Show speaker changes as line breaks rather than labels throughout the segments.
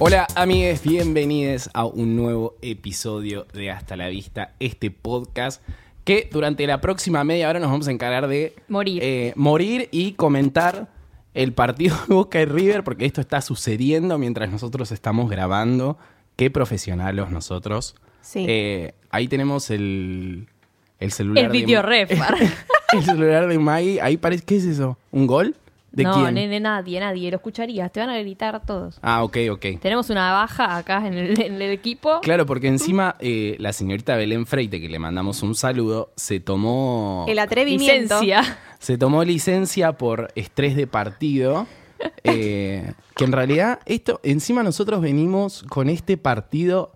Hola amigues, bienvenidos a un nuevo episodio de Hasta la Vista, este podcast que durante la próxima media hora nos vamos a encargar de
Morir.
eh, morir y comentar el partido de Boca y River, porque esto está sucediendo mientras nosotros estamos grabando. Qué profesionales nosotros.
Sí.
Eh, ahí tenemos el, el celular.
El
de-
video refar.
el celular de Maggie, ahí parece, ¿qué es eso? ¿Un gol? ¿De
no,
quién?
nene, nadie, nadie. Lo escucharías, te van a gritar todos.
Ah, ok, ok.
Tenemos una baja acá en el, en el equipo.
Claro, porque encima eh, la señorita Belén Freite, que le mandamos un saludo, se tomó,
El atrevimiento.
Licencia.
se tomó licencia por estrés de partido. eh, que en realidad, esto, encima nosotros venimos con este partido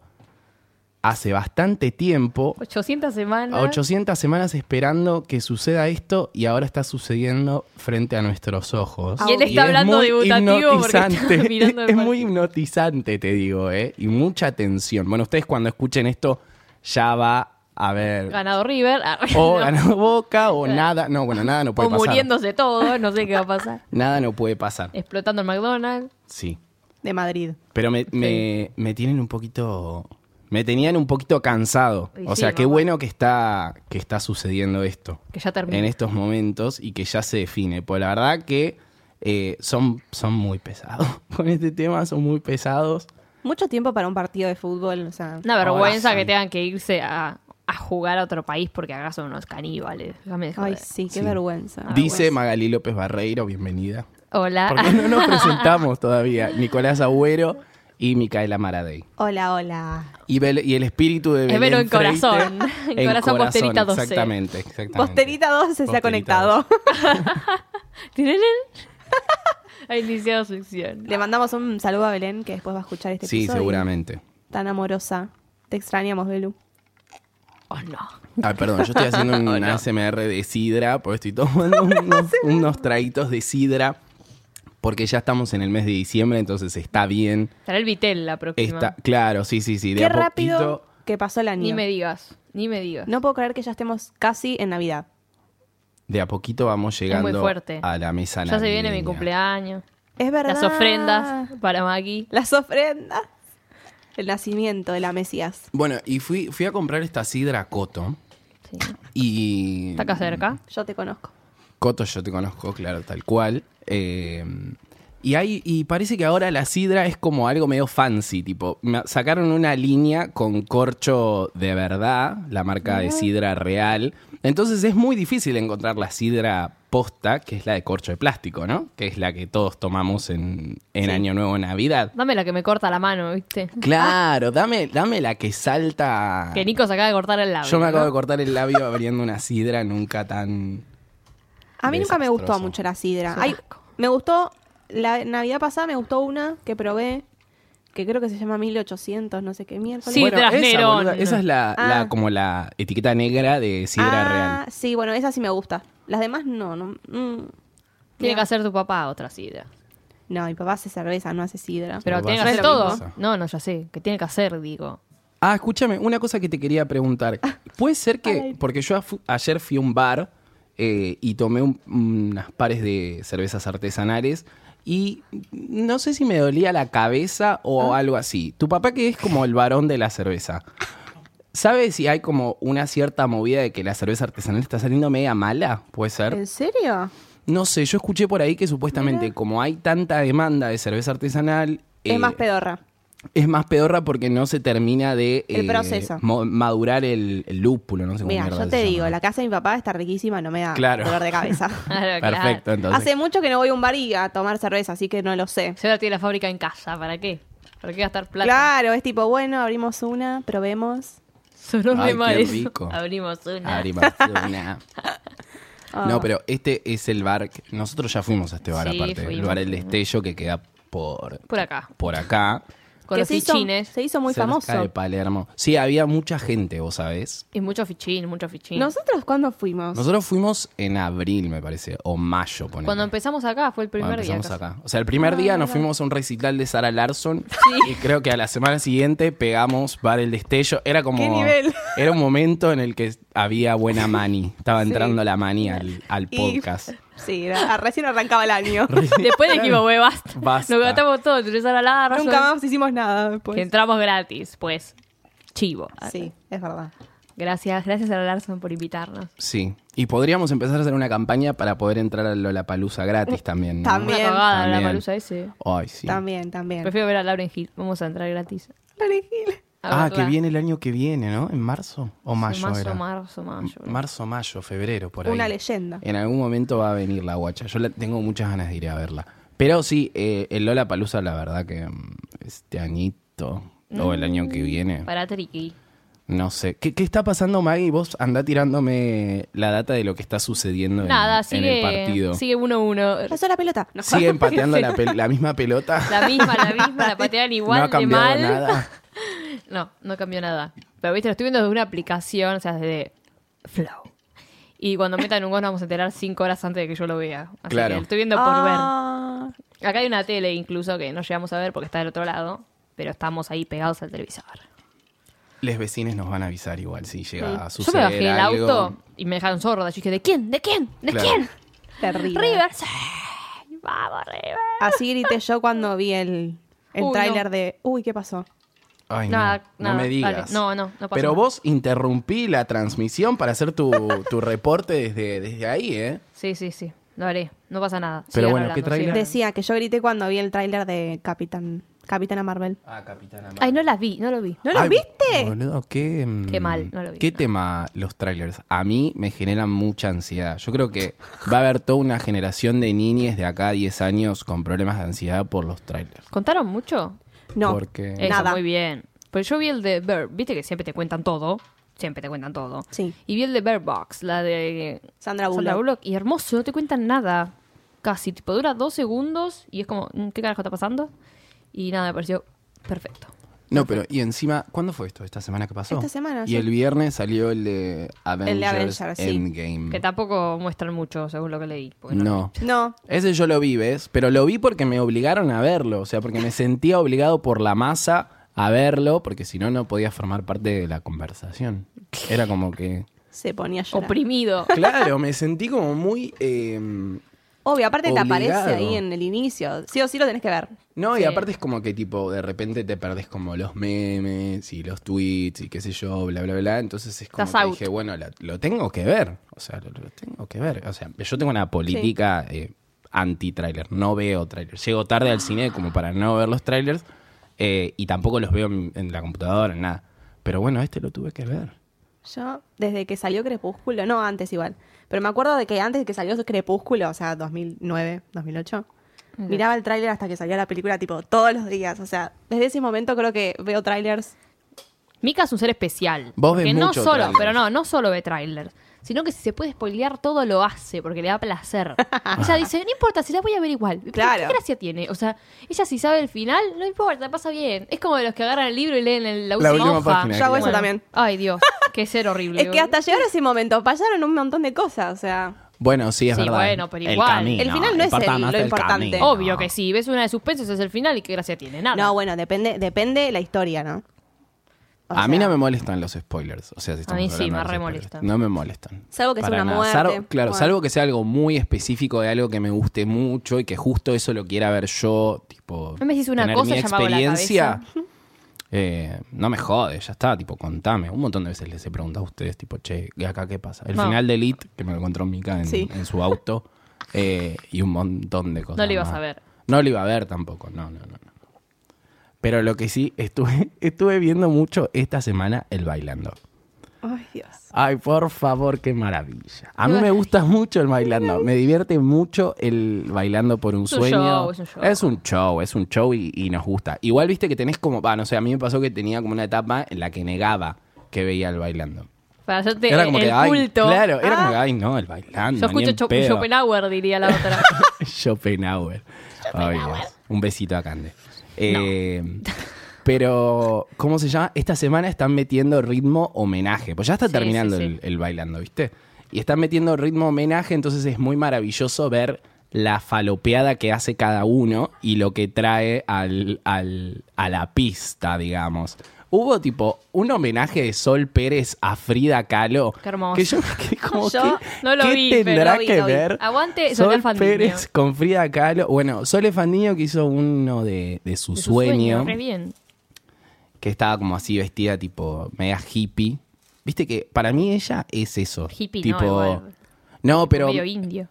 hace bastante tiempo.
800 semanas.
A 800 semanas esperando que suceda esto y ahora está sucediendo frente a nuestros ojos.
Y él está
es
hablando
muy
debutativo porque está
hipnotizante.
mirando el
Es
partido.
muy hipnotizante, te digo, ¿eh? Y mucha tensión. Bueno, ustedes cuando escuchen esto ya va a haber
Ganado River. Ah,
o
no.
ganado Boca o nada. No, bueno, nada no Oh, puede
O
pasar.
muriéndose todo. No sé qué va a pasar.
Nada no puede pasar.
Explotando el McDonald's.
Sí.
de Madrid.
Pero me, me- me tienen un poquito. Me tenían un poquito cansado.
Y
O
sí,
sea, qué
mamá.
bueno que está, que está sucediendo esto.
Que ya termina.
en este estos momentos y que ya se define. Pues la verdad que eh, son, son muy pesados. Con este tema son muy pesados.
Mucho tiempo para un partido de fútbol, o sea,
Una vergüenza
Ahora sí.
que tengan que irse a, a jugar a otro país porque acá son unos caníbales. Déjame de
ay
joder.
sí, qué
Sí.
vergüenza.
Dice Magalí López Barreiro, bienvenida.
Ah.
Hola.
Porque no nos presentamos todavía. Nicolás Agüero y Micaela Maradei.
Hola, hola.
Y, Bel- y el espíritu de Belén
Vero en
Freite
corazón. En corazón, posterita 12.
Exactamente, exactamente.
Posterita 12 se
Posterita
ha conectado.
¿Tienen? ha iniciado su acción.
Le mandamos un saludo a Belén que después va a escuchar este
Sí,
episodio.
seguramente.
Tan amorosa. Te extrañamos, Belu.
Oh, no.
Ah, perdón, yo estoy haciendo un
Oh,
ASMR de sidra, porque estoy tomando unos, unos traguitos de sidra, porque ya estamos en el mes de diciembre, entonces está bien.
Estará el Vitel la próxima.
Está, claro, sí, sí, sí. De
Qué
a
rápido
poquito-
que pasó el año.
Ni me digas, ni me digas.
No puedo creer que ya estemos casi en Navidad.
de a poquito vamos llegando
fuerte.
a la mesa
ya se viene mi
navideña.
cumpleaños.
Es verdad.
Las ofrendas para Maggie.
Las ofrendas. El nacimiento de la Mesías.
Bueno, y fui, fui a comprar esta sidra a Coto.
Sí.
Y.
Está acá cerca.
Yo te conozco.
Coto yo te conozco, claro, tal cual. Eh, y, hay, y parece que ahora la sidra es como algo medio fancy, tipo, me- sacaron una línea con corcho de verdad, la marca de sidra real. Entonces es muy difícil encontrar la sidra posta, que es la de corcho de plástico, ¿no? Que es la que todos tomamos en, en Año Nuevo, Navidad.
Dame la que me corta la mano, ¿viste?
Ah. Claro, dame, dame la que salta.
Ah. Que Nico se acaba de cortar el labio.
Yo me acabo de
¿no?
cortar el labio abriendo una sidra nunca tan...
A mí nunca me gustó
Desastroso.
mucho la sidra.
Es un
Ay,
asco.
me gustó, la Navidad pasada me gustó una que probé, que creo que se llama 1800, no sé qué miércoles.
Sí,
Bueno, esa,
Trasnerón.
boluda, esa es la, la-
Ah.
como la etiqueta negra de sidra
ah,
real.
sí, bueno, esa sí me gusta. Las demás no, no. mm.
Tiene que hacer tu papá otra sidra.
No, mi papá hace cerveza, no hace sidra.
Pero
Tu
tiene que
papá
hacer
hace lo
todo.
mismo.
No, no, ya sé. Que tiene que hacer, digo.
Ah, escúchame, una cosa que te quería preguntar.
Ah.
Puede ser que, porque yo afu- ayer fui a un bar eh, y tomé un- unas pares de cervezas artesanales y no sé si me dolía la cabeza o
Ah.
algo así. Tu papá que es como el varón de la cerveza. ¿Sabes si hay como una cierta movida de que la cerveza artesanal está saliendo media mala? ¿Puede ser?
¿En serio?
No sé, yo escuché por ahí que supuestamente como hay tanta demanda de cerveza artesanal... eh,
es más pedorra.
Es más pedorra porque no se termina de... eh,
El proceso.
mo- Madurar el, el lúpulo, no sé cómo
Mira,
mierda
yo
se
te
llama.
digo, la casa de mi papá está riquísima, no me da
Claro.
dolor de cabeza.
Claro, claro.
Perfecto, entonces.
hace mucho que no voy a un bar y a tomar cerveza, así que no lo sé.
Se ahora tiene la fábrica en casa. ¿Para qué? ¿Para qué gastar plata?
Claro, es tipo, bueno, abrimos una, probemos.
Sonó
Ay,
re mal
qué
eso.
rico.
Abrimos una.
Abrimos una.
Ah.
No, pero este es el bar... que- Nosotros ya fuimos a este bar,
Sí,
aparte. El
fuimos.
bar El Destello, que queda por...
Por acá.
Por acá.
Con
Que
los
se hizo,
fichines.
se hizo muy
cerca de
famoso.
Palermo. Sí, había mucha gente, vos sabés.
Y mucho fichín, mucho fichín.
¿Nosotros cuándo fuimos?
Nosotros fuimos en abril, me parece, o mayo, ponemos.
Cuando empezamos acá fue el primer
Cuando
día.
empezamos
casi.
acá. O sea, el primer día nos fuimos a un recital de Sara Larson y creo que a la semana siguiente pegamos Bar El Destello. Era como...
¿Qué nivel?
Era un momento en el que había buena mani. Estaba entrando la mani al, al
Y-
podcast.
Sí, era- ah, recién arrancaba el año.
Después dijimos, güey, basta.
Basta.
Nos gastamos todo, tres horas la razón.
Nunca más hicimos nada
Que
después. Ah,
entramos gratis, pues. Chivo.
Sí, es verdad.
Gracias, gracias a Larson por invitarnos.
Sí. Y podríamos empezar a hacer una campaña para poder entrar a Lollapalooza gratis también. ¿no?
También.
Una cagada
También.
la palusa ese.
Ay, sí.
También, también.
Prefiero ver a Lauren Hill. Vamos a entrar gratis.
Perejil.
A
Ah,
verla.
que viene el año que viene, ¿no? En marzo o mayo
marzo,
era.
marzo, mayo.
Marzo, mayo, febrero, por ahí. Eh,
Una leyenda.
En algún momento va a venir la guacha. Yo la- tengo muchas ganas de ir a verla. Pero sí, eh, el Lola Palusa, la verdad que mm, este añito o el año
Mm.
que viene,
Para Triqui.
no sé. ¿Qué, qué está pasando, Maggie? Vos andá tirándome la data de lo que está sucediendo en-
Nada,
en,
sigue.
el partido.
Sigue 1-1.
Pasó la pelota. No.
Siguen pateando la, pel- la misma pelota.
La misma, la misma, la patean igual
no ha
de
cambiado
mal.
nada.
No, no cambió nada. Pero viste, lo estoy viendo desde una aplicación, o sea, desde Flow. Y cuando metan un gol nos vamos a enterar cinco horas antes de que yo lo vea. Así
Claro.
que lo estoy viendo por
Ah,
ver. Acá hay una tele incluso que no llegamos a ver porque está del otro lado, pero estamos ahí pegados al televisor.
Les vecines nos van a avisar igual si llega a
Yo me
suceder
bajé el
algo.
auto y me dejaron sorda. Yo dije, ¿de quién? ¿De quién? ¿De
Claro.
quién?
Terrible.
River. sí. Vamos, River.
Así grité yo cuando vi el, el
Uy,
tráiler
no.
de. Uy, ¿qué pasó?
Ay, no,
Nada,
no,
nada,
me digas.
dale. No, no, no pasa
Pero
nada.
vos interrumpí la transmisión para hacer tu, tu reporte desde, desde ahí, ¿eh?
Sí, sí, sí. Lo haré. No pasa nada.
Pero
Sigan
bueno, ¿qué
hablando,
tráiler?
sigan.
Claro.
Decía que yo grité cuando vi el tráiler de Capitán Capitana Marvel.
Ah, capitana.
Ay, no las vi, no lo vi.
¿No lo viste?
Boludo, qué, mm,
Qué mal, no lo vi,
Qué
no.
tema los trailers. A mí me generan mucha ansiedad. Yo creo que va a haber toda una generación de niñes de acá a 10 años con problemas de ansiedad por los trailers.
¿Contaron mucho?
No.
Porque-
Eso,
Nada.
muy bien. Pues yo vi el de Bear, viste que siempre te cuentan todo. Siempre te cuentan todo.
Sí.
Y vi el de Bear Box, la de
Sandra Bullock.
y hermoso, no te cuentan nada. Casi, tipo, dura dos segundos y es como, mm, ¿qué carajo está pasando? Y nada, me pareció perfecto.
No, pero, y encima, ¿cuándo fue esto? ¿Esta semana que pasó?
Esta semana,
Y
sí.
el viernes salió el de Avengers,
Avengers, sí.
Endgame.
Que tampoco muestran mucho, según lo que leí. porque
Mm. No.
No.
Ese yo lo vi, ¿ves? Pero lo vi porque me obligaron a verlo, o sea, porque me sentía obligado por la masa a verlo, porque si no, no podía formar parte de la conversación. Era como que...
Se ponía yo.
Oprimido.
Claro, me sentí como muy... eh,
Obvio, aparte te aparece
Obligado.
ahí en el inicio. Sí o sí lo tenés que ver.
no, y
Sí.
aparte es como que tipo, de repente te perdés como los memes y los tweets y qué sé yo, bla, bla, bla. Entonces es como
Estás
que
out.
dije, bueno, la- lo tengo que ver. O sea, lo, lo tengo que ver. O sea, yo tengo una política eh, anti-trailer. No veo trailers. Llego tarde al cine como para no ver los trailers eh, y tampoco los veo en, en la computadora, en nada. Pero bueno, este lo tuve que ver.
Yo, desde que salió Crepúsculo, no antes igual, pero me acuerdo de que antes de que salió Crepúsculo, o sea, 2009, 2008, miraba el tráiler hasta que salía la película, tipo, todos los días. O sea, desde ese momento creo que veo trailers.
Mika es un ser especial.
Vos ves
que no
mucho
solo,
tráiler.
pero no, no solo ve trailers, sino que si se puede spoilear todo lo hace porque le da placer. ella dice, no importa, si la voy a ver igual. Pero
Claro.
¿Qué gracia tiene? O sea, ella si sabe el final, no importa, la pasa bien. Es como de los que agarran el libro y leen el- la
La
última,
última
hoja.
página,
Yo hago claro. eso también.
Ay, Dios, qué ser horrible.
Es que hasta llegar a ese momento pasaron un montón de cosas, o sea,
Bueno, sí, es
Sí,
verdad.
bueno, pero
El
igual.
camino,
El final no es
importa
el-
más
lo importante.
camino.
Obvio que sí, ves una de suspensos, es el final y qué gracia tiene, nada.
no, bueno, depende depende la historia, ¿no? O
a mí
sea,
no me molestan los spoilers. O sea, si estamos
mí sí,
hablando
me
de los
re
spoilers,
molestan.
No me molestan.
Salvo que sea
Para
una
nada. Salvo-
muerte.
claro,
Bueno.
salvo que sea algo muy específico de algo que me guste mucho y que justo eso lo quiera ver yo, tipo.
No me decís una
tener
cosa,
mi
ya me hago la
experiencia. eh, no me jode, ya está, tipo, contame. Un montón de veces les he preguntado a ustedes, tipo, che, ¿y acá qué pasa? El
No.
final de Elite, que me lo encontró Mika en,
Sí.
en su auto, eh, y un montón de cosas.
No lo ibas
más.
a ver.
No lo iba a ver tampoco, no, no, no. no. Pero lo que sí, estuve, estuve viendo mucho esta semana el bailando.
Ay, Dios.
Ay, por favor, qué maravilla. A mí me gusta mucho el bailando. Me divierte mucho el bailando por un
un
sueño.
show, es un show.
Es un show, es un show y, y nos gusta. Igual viste que tenés como, va, no sé, a mí me pasó que tenía como una etapa en la que negaba que veía el bailando.
Para hacerte
Era como
el
que, ay,
culto.
claro, era como
Ah.
que, ay, no, el bailando.
Yo
ni
escucho
en
Cho-
pedo.
Schopenhauer, diría la otra.
Schopenhauer. Ay, Dios. Un besito a Cande. Eh, Pero, ¿cómo se llama? Esta semana están metiendo ritmo homenaje. Pues ya está
Sí,
terminando
sí, sí.
El, el bailando, ¿viste? Y están metiendo ritmo homenaje, entonces es muy maravilloso ver la falopeada que hace cada uno y lo que trae al, al- a la pista, digamos. Hubo tipo un homenaje de Sol Pérez a Frida Kahlo.
Qué hermoso.
Que yo me quedé como,
Yo
¿qué-
no lo
¿qué
vi, pero
tendrá
lo vi,
que
lo vi.
ver?
Aguante Soledad
Sol
Fandiño.
Pérez con Frida Kahlo. Bueno, Sol Fandiño que hizo uno de, de su
De su
sueño,
re bien.
que estaba como así vestida tipo media hippie. Viste que para mí ella es eso.
Hippie,
tipo,
no, igual.
No, pero
Medio indio.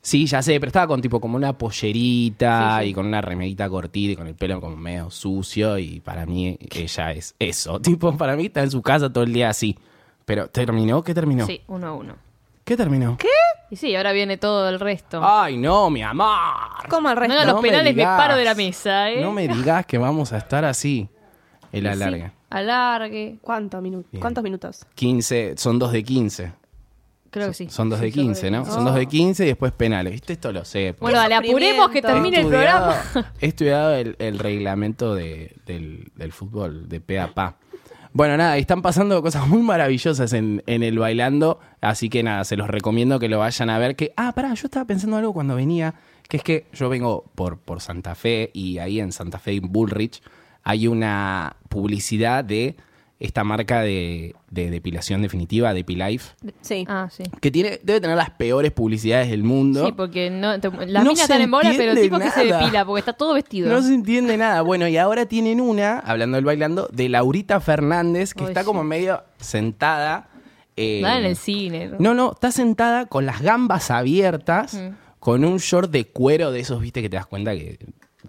Sí, ya sé, pero estaba con tipo como una pollerita
Sí, sí.
y con una remerita cortita y con el pelo como medio sucio y para mí ella es eso. Tipo, para mí está en su casa todo el día así. Pero ¿terminó? ¿Qué terminó?
Sí, uno a uno.
¿Qué terminó? ¿Qué?
Y sí, ahora viene todo el resto.
Ay, no, mi amor.
Como el
no
resto.
hagan los
me
penales, me
digas.
paro de la mesa, ¿eh?
No me digas que vamos a estar así. El
Sí,
alargue.
alargue.
¿Cuánto minu-
Bien.
¿Cuántos minutos?
15, son dos de 15.
Creo que sí.
Son dos de
Sí, son
15, ¿no?
quince.
Son dos de 15 y después penales. ¿Viste? Esto lo sé. pues. porque-
Bueno, dale, apuremos que termine
Sufrimiento.
el
estudiado-
programa.
He estudiado el, el reglamento de- del, del fútbol, de pe a pa. Bueno, nada, están pasando cosas muy maravillosas en, en el bailando, así que nada, se los recomiendo que lo vayan a ver. Que, ah, pará, yo estaba pensando algo cuando venía, que es que yo vengo por, por Santa Fe y ahí en Santa Fe, en Bullrich, hay una publicidad de esta marca de, de depilación definitiva, Depilife,
Sí.
Ah, sí.
que tiene, debe tener las peores publicidades del mundo.
Sí, porque no, te- las
No
minas
se
están en bola, pero el
entiende
tipo que se
nada.
depila, porque está todo vestido.
No se entiende nada. Bueno, y ahora tienen una, hablando del bailando, de Laurita Fernández, que
Ay,
está
sí.
como medio sentada. eh,
Nada en el cine.
No, no, está sentada con las gambas abiertas, con un short de cuero de esos, viste, que te das cuenta que.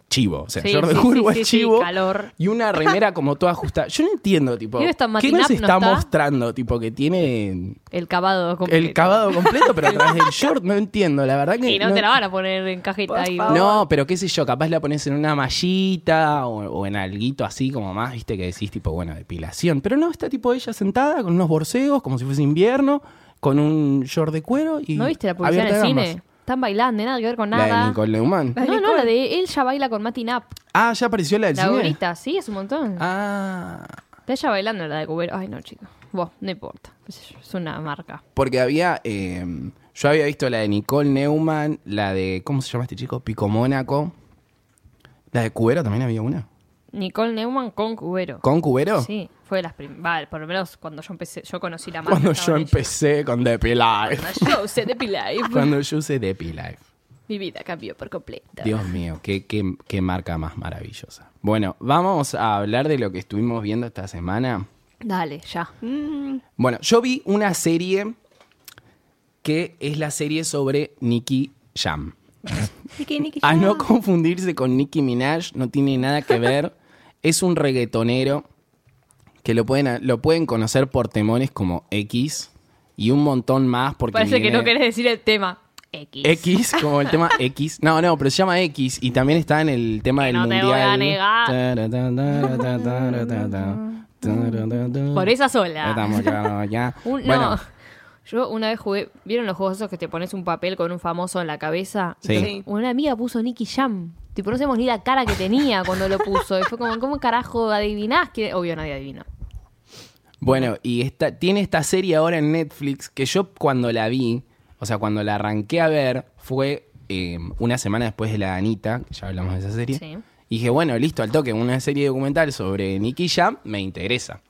Chivo, o sea,
Sí,
short de
sí,
cuero
sí,
es
sí, sí,
chivo.
calor.
Y una remera como toda justa. Yo no entiendo, tipo.
Creo que está
¿Qué
matinap,
nos
¿no
está,
está?
mostrando? Tipo, que tiene
El cavado completo.
el cavado completo, pero a través del short, no entiendo. La verdad que.
Y no,
no-
te la van a poner en
Por
cajita ahí.
favor.
no, pero qué sé yo, capaz la pones en una mallita o, o en alguito así como más, viste, que decís tipo, bueno, depilación. Pero no, está tipo ella sentada con unos borcegos, como si fuese invierno, con un short de cuero y...
¿No viste la publicidad en el
abierta de
cine?
gambas.
Están bailando, nada que ver con nada.
La de Nicole Neumann.
La de
No, no,
Nicole.
la de él ya baila con Mati Nap.
Ah, ya apareció la del
La
cine.
gorita, sí, es un montón.
Ah,
De ella bailando la de Cubero. Ay, no, chico. Vos, no importa. Qué sé yo, Es una marca.
porque había... eh, yo había visto la de Nicole Neumann, la de... ¿Cómo se llama este chico? Pico Mónaco. La de Cubero también había una.
Nicole Neumann con Cubero.
¿Con Cubero?
Sí, fue de las primeras. por lo menos cuando yo empecé, yo conocí la marca.
Cuando yo
estaban ellos.
empecé con Depi Life.
Cuando yo usé de Life.
Cuando yo usé Depi Life.
Mi vida cambió por completo.
Dios mío, qué, qué- qué marca más maravillosa. Bueno, vamos a hablar de lo que estuvimos viendo esta semana.
Dale, ya.
Bueno, yo vi una serie que es la serie sobre Nicky Jam.
Niki, Niki,
A
ya.
no confundirse con Nicki Minaj, no tiene nada que ver. es un reggaetonero que lo pueden, lo pueden conocer por temones como X y un montón más porque
Parece que
viene-
no querés decir el tema. X.
X, como el tema X. No, no, pero se llama X y también está en el tema
Que
del
no te
mundial.
voy a Por esa sola.
Estamos ya, ya.
Un-
bueno,
No. Yo una vez jugué, ¿vieron los juegos esos que te pones un papel con un famoso en la cabeza?
Sí.
Entonces, Una amiga puso Nicky Jam. Tipo, no sabemos ni la cara que tenía cuando lo puso. Y fue como, ¿cómo carajo adivinás? Que... Obvio, nadie adivinó.
bueno, y esta, tiene esta serie ahora en Netflix que yo cuando la vi, o sea, cuando la arranqué a ver, fue eh, una semana después de la Anita, que ya hablamos de esa serie.
Sí.
Y dije, bueno, listo, al toque, una serie documental sobre Nicky Jam me interesa.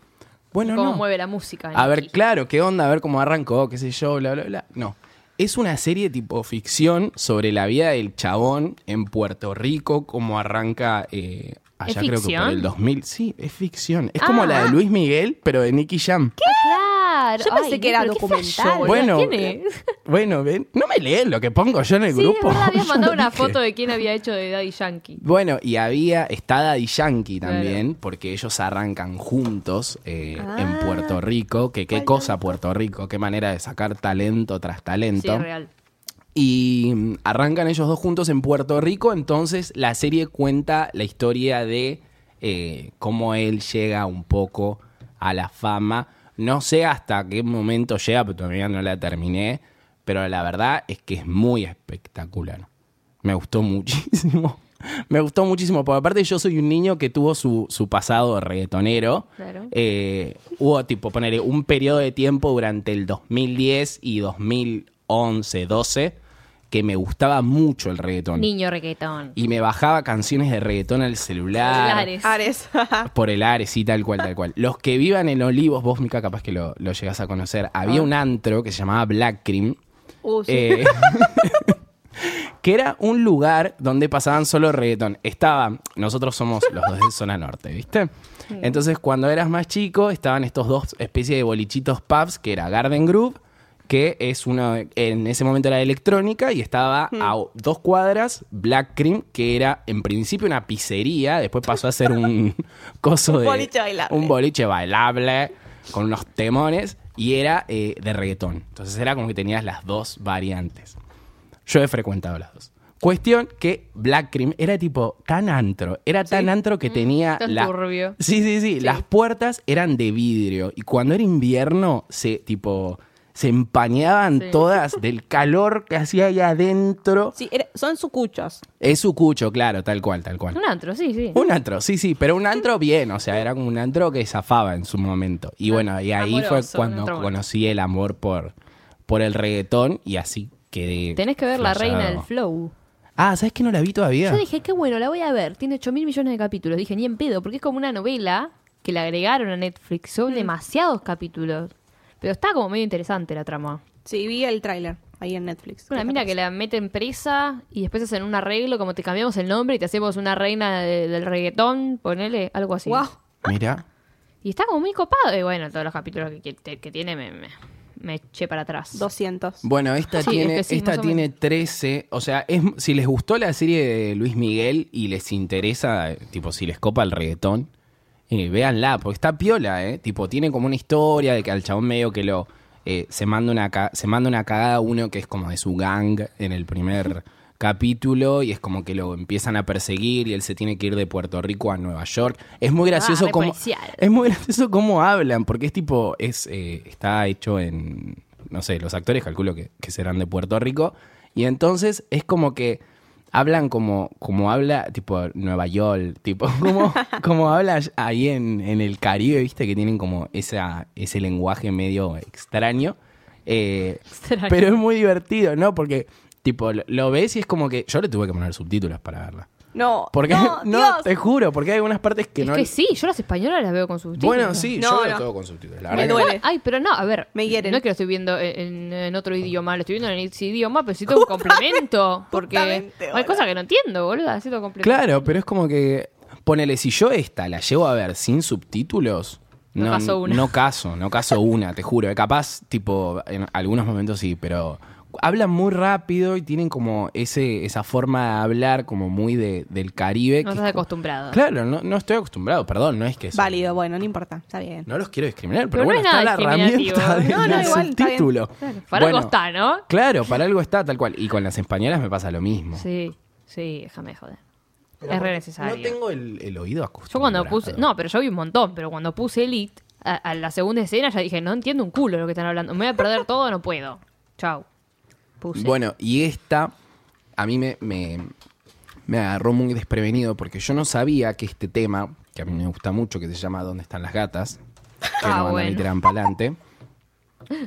Bueno,
¿Cómo
no.
mueve la música?
A ver,
Nicki.
claro, qué onda, a ver cómo arrancó, qué sé yo, bla, bla, bla. No. Es una serie tipo ficción sobre la vida del chabón en Puerto Rico, cómo arranca eh, allá
¿Es
creo que por
ficción?
el 2000. Sí, es ficción. Es
Ah.
como la de Luis Miguel, pero de Nicky Jam.
Ah, Claro.
Yo pensé
Ay,
que era
pero qué
documental.
flasho, boludo.
Bueno,
¿Quién
eh,
es?
bueno, ven, no me leen lo que pongo yo en el
Sí, es
grupo.
verdad, habías
Yo
mandado
lo
una
dije.
foto de quién había hecho de Daddy Yankee.
Bueno, y había, está Daddy Yankee
Claro.
también, porque ellos arrancan juntos eh, en
Ah.
Puerto Rico, que qué
Ay,
cosa Puerto Rico, qué manera de sacar talento tras
Sí,
talento.
es real.
Y mm, arrancan ellos dos juntos en Puerto Rico, entonces la serie cuenta la historia de eh, cómo él llega un poco a la fama. No sé hasta qué momento llega, pero todavía no la terminé, pero la verdad es que es muy espectacular. Me gustó muchísimo. Me gustó muchísimo, porque aparte yo soy un niño que tuvo su, su pasado de reggaetonero.
Claro.
Eh, hubo tipo, ponerle un periodo de tiempo durante el 2010 y 2011, 12, que me gustaba mucho el reggaetón.
Niño reggaetón.
Y me bajaba canciones de reggaetón al celular.
Celulares.
Ares.
Por el Ares, sí, tal cual, tal cual. Los que vivan en Olivos, vos, Mica, capaz que lo, lo llegás a conocer. Había un antro que se llamaba Black Cream.
Uh, sí.
eh, que era un lugar donde pasaban solo reggaetón. Estaban, nosotros somos los dos de zona norte, ¿viste? Entonces, cuando eras más chico, estaban estos dos especies de bolichitos pubs, que era Garden Groove, que es uno, en ese momento era de electrónica, y estaba a
Hmm.
o- dos cuadras Black Cream, que era en principio una pizzería, después pasó a ser un coso
Un
de.
boliche bailable.
Un boliche bailable, con unos temones, y era eh, de reggaetón. Entonces, era como que tenías las dos variantes. Yo he frecuentado las dos. Cuestión que Black Cream era tipo tan antro, era tan antro que tenía
Mm, tan
la-
turbio.
Sí, sí, sí, las puertas eran de vidrio y cuando era invierno se tipo se empañaban
Sí.
todas del calor que hacía ahí adentro.
Sí, era- son sucuchos.
Es su cucho, claro, tal cual, tal cual.
Un antro, sí, sí.
Un antro, sí, sí, pero un antro bien, o sea, era como un antro que zafaba en su momento. Y bueno, y ahí
Ah, Amoroso,
fue
un
cuando
antro bueno.
conocí el amor por, por el reggaetón y así quedé.
Tenés que ver La
flasheado.
Reina del Flow.
Ah, ¿sabes que no la vi todavía?
Yo dije, qué bueno, la voy a ver. Tiene 8 mil millones de capítulos. Dije, ni en pedo, porque es como una novela que le agregaron a Netflix. Son demasiados capítulos. Pero está como medio interesante la trama.
Sí, vi el tráiler ahí en Netflix.
Es una mina que la meten presa y después hacen un arreglo, como te cambiamos el nombre y te hacemos una reina de- del reggaetón, ponele, algo así.
Wow.
Mira.
Y está como muy copado. Y bueno, todos los capítulos que, que- que tiene me, me, me eché para atrás.
200.
Bueno, esta
Sí,
tiene,
es que sí,
esta
más o
tiene 13. O sea, es, si les gustó la serie de Luis Miguel y les interesa, eh, tipo, si les copa el reggaetón, eh, véanla, porque está piola, ¿eh? Tipo, tiene como una historia de que al chabón medio que lo. eh, se, manda una ca- se manda una cagada a uno que es como de su gang en el primer capítulo y es como que lo empiezan a perseguir y él se tiene que ir de Puerto Rico a Nueva York. Es muy gracioso
Ah, re
como.
policial.
Es muy gracioso cómo hablan, porque es tipo, es, eh, está hecho en, no sé, los actores calculo que, que serán de Puerto Rico, y entonces es como que hablan como, como habla, tipo, Nueva York, tipo, como, como habla ahí en, en el Caribe, viste, que tienen como esa, ese lenguaje medio extraño. Eh,
Extraño.
Pero es muy divertido, ¿no? Porque, tipo, lo, lo ves y es como que yo le tuve que poner subtítulos para verla.
No.
Porque, no,
no, Dios.
te juro, porque hay algunas partes que
es
no...
que sí, yo las españolas las veo con sus Ah,
Bueno, sí,
No,
yo veo
no.
todo con subtítulos. La
Me
verdad que-
duele.
Ay, pero no, a ver.
Me hieren.
No es que lo estoy viendo en, en otro idioma, lo estoy viendo en ese idioma, pero necesito un complemento. Porque
justamente,
hay
boluda.
cosas que no entiendo, boludo. Necesito complemento.
Claro, pero es como que. Ponele, si yo esta la llevo a ver sin subtítulos.
No
No,
caso una.
no caso, no caso una, te juro. Eh, Capaz, tipo, en algunos momentos sí, pero hablan muy rápido y tienen como ese, esa forma de hablar como muy de- del Caribe.
No
que
estás
es como-
acostumbrado.
Claro, no, no estoy acostumbrado, perdón, no es que... son-
Válido, bueno, no importa. Está bien.
No los quiero discriminar, pero,
Pero no
bueno,
es
está
nada
la
discriminativo.
herramienta del
No, no, igual, está bien.
subtítulo.
Para algo
Bueno,
está, ¿no?
Claro, para algo está, tal cual. Y con las españolas me pasa lo mismo.
Sí, sí, déjame de joder. es re necesario.
No tengo el, el oído acostumbrado.
Yo cuando puse. No, pero yo vi un montón, pero cuando puse Elite, a, a la segunda escena ya dije, no entiendo un culo lo que están hablando. Me voy a perder todo, no puedo. Chau. Puse.
Bueno, y esta a mí me, me, me agarró muy desprevenido porque yo no sabía que este tema, que a mí me gusta mucho, que se llama ¿Dónde están las gatas? Que
Ah,
no van a
bueno.
tirar pa'lante.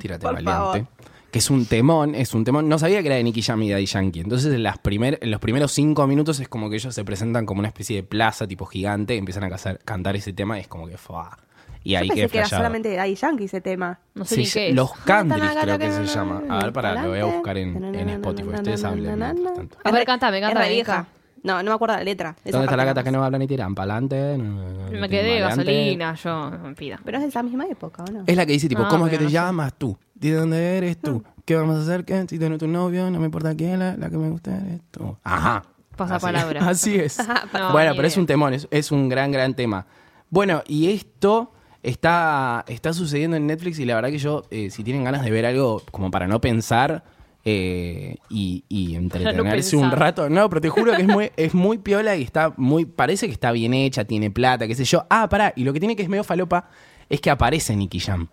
Tírate
Por
valiente.
favor.
Que es un temón, es un temón. No sabía que era de Nicky Jam y Daddy Yankee. Entonces, en, las primer, en los primeros cinco minutos es como que ellos se presentan como una especie de plaza tipo gigante, empiezan a cazar- cantar ese tema y es como que fa. Y ahí quedé
Yo pensé que era
flashado.
solamente de Daddy Yankee ese tema.
no sé
Se
ni
ll-
qué es.
Los Candris
Mátala,
creo
gata,
que se
que no,
llama.
no,
A ver, pará, lo voy a
adelante.
buscar en, en Spotify. Ustedes hablen. mientras tanto.
A
Es
ver,
re-
cantame,
es
cantame,
re vieja. No, no me acuerdo la letra. Esa
¿Dónde está la
parte
gata
no
que no habla ni tiran? Ah, ¿Pa'lante?
Me quedé gasolina, yo. me Pida.
Pero es de esa misma época, ¿o no?
Es la que dice, tipo,
Ah,
¿cómo es que
pero
te
no sé.
llamas tú? ¿De dónde eres tú? ¿Qué vamos a hacer? ¿Qué? Si tú no tu novio, no me importa quién, la, la que me gusta eres tú. Ajá.
Pasa
Así-
palabra.
Así es.
No,
bueno,
ni
pero es
idea.
un temón, es, es un gran, gran tema. Bueno, y esto está, está sucediendo en Netflix y la verdad que yo, eh, si tienen ganas de ver algo como para no pensar eh, y, y entretenerse un
pensar.
rato, no, pero te juro que es muy, es muy piola y está muy, parece que está bien hecha, tiene plata, qué sé yo. Ah, pará, y lo que tiene que es medio falopa es que aparece Nicky Jam.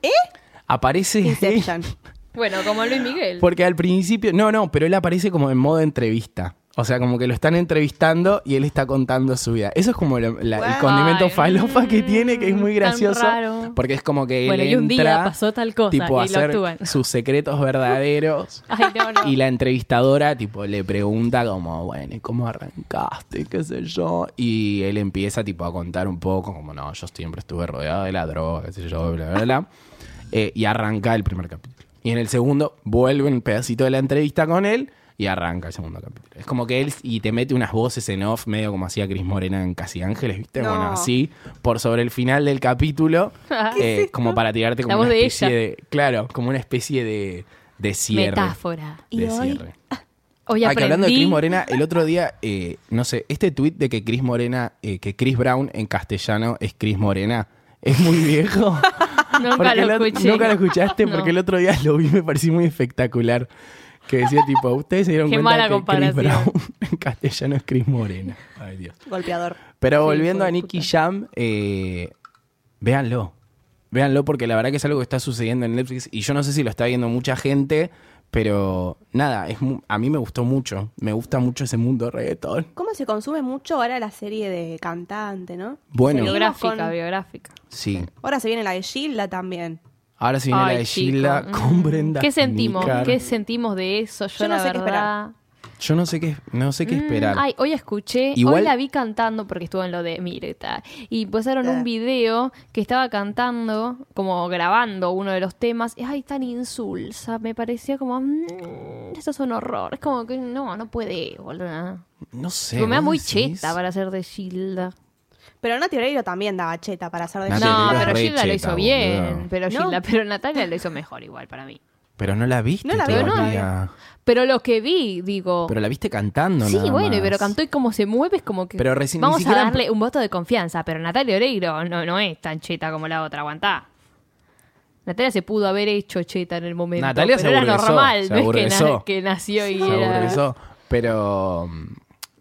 ¿Eh? Aparece...
Inception.
Bueno, como Luis Miguel.
Porque al principio, no, no, pero él aparece como en modo entrevista. O sea, como que lo están entrevistando y él está contando su vida. Eso es como lo- la- el
Guau.
Ay,
condimento falopa que
mm,
tiene, que es muy
tan
gracioso.
raro.
Porque es como que él
Bueno, y un día
entra,
pasó tal cosa,
tipo, a
y lo
hacer
actúan.
sus secretos verdaderos.
Ay, no, no.
Y la entrevistadora, tipo, le pregunta como, bueno, ¿y cómo arrancaste? ¿Qué sé yo? Y él empieza, tipo, a contar un poco, como, no, yo siempre estuve rodeado de la droga, qué sé yo, bla, bla, bla. Eh, y arranca el primer capítulo. Y en el segundo vuelve un pedacito de la entrevista con él y arranca el segundo capítulo. Es como que él y te mete unas voces en off, medio como hacía Cris Morena en Casi Ángeles, ¿viste?
No.
Bueno, así, por sobre el final del capítulo, eh, como para tirarte como
La voz
una
de
especie
ella.
de, claro, como una especie de, de cierre.
Metáfora.
Y
de
hoy-
cierre.
Hoy
Ah, que
aprendí.
hablando de Cris Morena, el otro día, eh, no sé, este tuit de que Cris Morena, eh, que Chris Brown en castellano es Cris Morena, es muy viejo.
Nunca
Porque
lo
el otro-
escuché.
nunca lo escuchaste porque
No.
el otro día lo vi, me pareció muy espectacular. Que decía tipo, ustedes se dieron
Qué
cuenta
mala
que Chris
comparación.
Brown en castellano es Cris Morena. Ay, Dios.
Golpeador.
Pero
Sí,
volviendo
hijo de
a Nicky Jam, eh, véanlo. Véanlo porque la verdad que es algo que está sucediendo en Netflix y yo no sé si lo está viendo mucha gente, pero nada, es mu- a mí me gustó mucho. Me gusta mucho ese mundo reggaetón.
¿Cómo se consume mucho ahora la serie de cantante, no?
Bueno,
Sí.
Biográfica,
con-
biográfica.
sí.
Ahora se viene la de Gilda también.
Ahora se viene
Ay,
la de
chico.
Gilda
Mm.
con Brenda.
¿Qué sentimos?
Nicar.
¿Qué sentimos de eso? Yo,
Yo no
la
sé qué
verdad.
Yo no sé qué, no sé qué
Mm,
esperar.
Ay, hoy escuché, hoy
Igual-
la vi cantando porque estuvo en lo de Mirta. Y pasaron
Eh.
un video que estaba cantando, como grabando uno de los temas. Y, Ay, tan insulsa. Me parecía como, mm, esto es un horror. Es como que no, no puede, boludo.
no sé.
Como me da
¿vos
muy
decís?
cheta para ser de Gilda.
Pero Nati Oreiro también daba cheta para hacer de
Nati
Gilda.
No,
Oreiro es
pero
re
Gilda lo
cheta,
hizo
boludo.
bien. Pero
No.
Gilda, pero Natalia lo hizo mejor igual para mí.
Pero no la viste
No la vi, no la
todavía.
Pero lo que vi, digo.
Pero la viste cantando,
sí,
nada
bueno,
más.
pero cantó y como se mueve es como que.
Pero recién- ni
vamos
siquiera-
a darle un voto de confianza, pero Natalia Oreiro no, no es tan cheta como la otra, aguantá. Natalia se pudo haber hecho cheta en el momento.
Natalia
pero
se
era
aburguesó,
normal,
se
no es que, na-
aburguesó.
que nació y
Se
era-
aburguesó. Pero mm,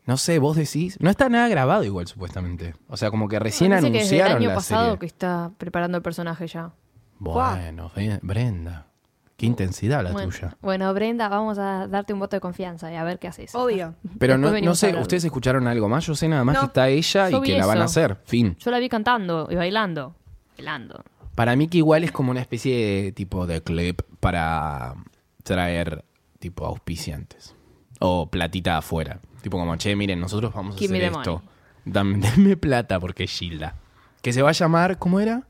no sé, vos decís. No está nada grabado igual, supuestamente. O sea, como que recién
Parece que desde el
anunciaron
año
la
pasado
serie.
que está preparando el personaje ya.
Bueno, Bre- Brenda. Qué intensidad la
bueno,
tuya.
bueno, Brenda, vamos a darte un voto de confianza y a ver qué haces.
Obvio.
Pero
Después
no, no
venimos a
sé,
hablar.
¿ustedes escucharon algo más? Yo sé nada más
No,
que está ella y
yo vi
que la van a
eso.
hacer. Fin.
Yo la vi cantando y bailando. Bailando.
Para mí que igual es como una especie de tipo de clip para traer tipo auspiciantes o platita afuera. Tipo como, che, miren, nosotros vamos a
Give me
hacer
the
esto.
money.
Dame, denme plata porque es Gilda. Que se va a llamar, ¿cómo era?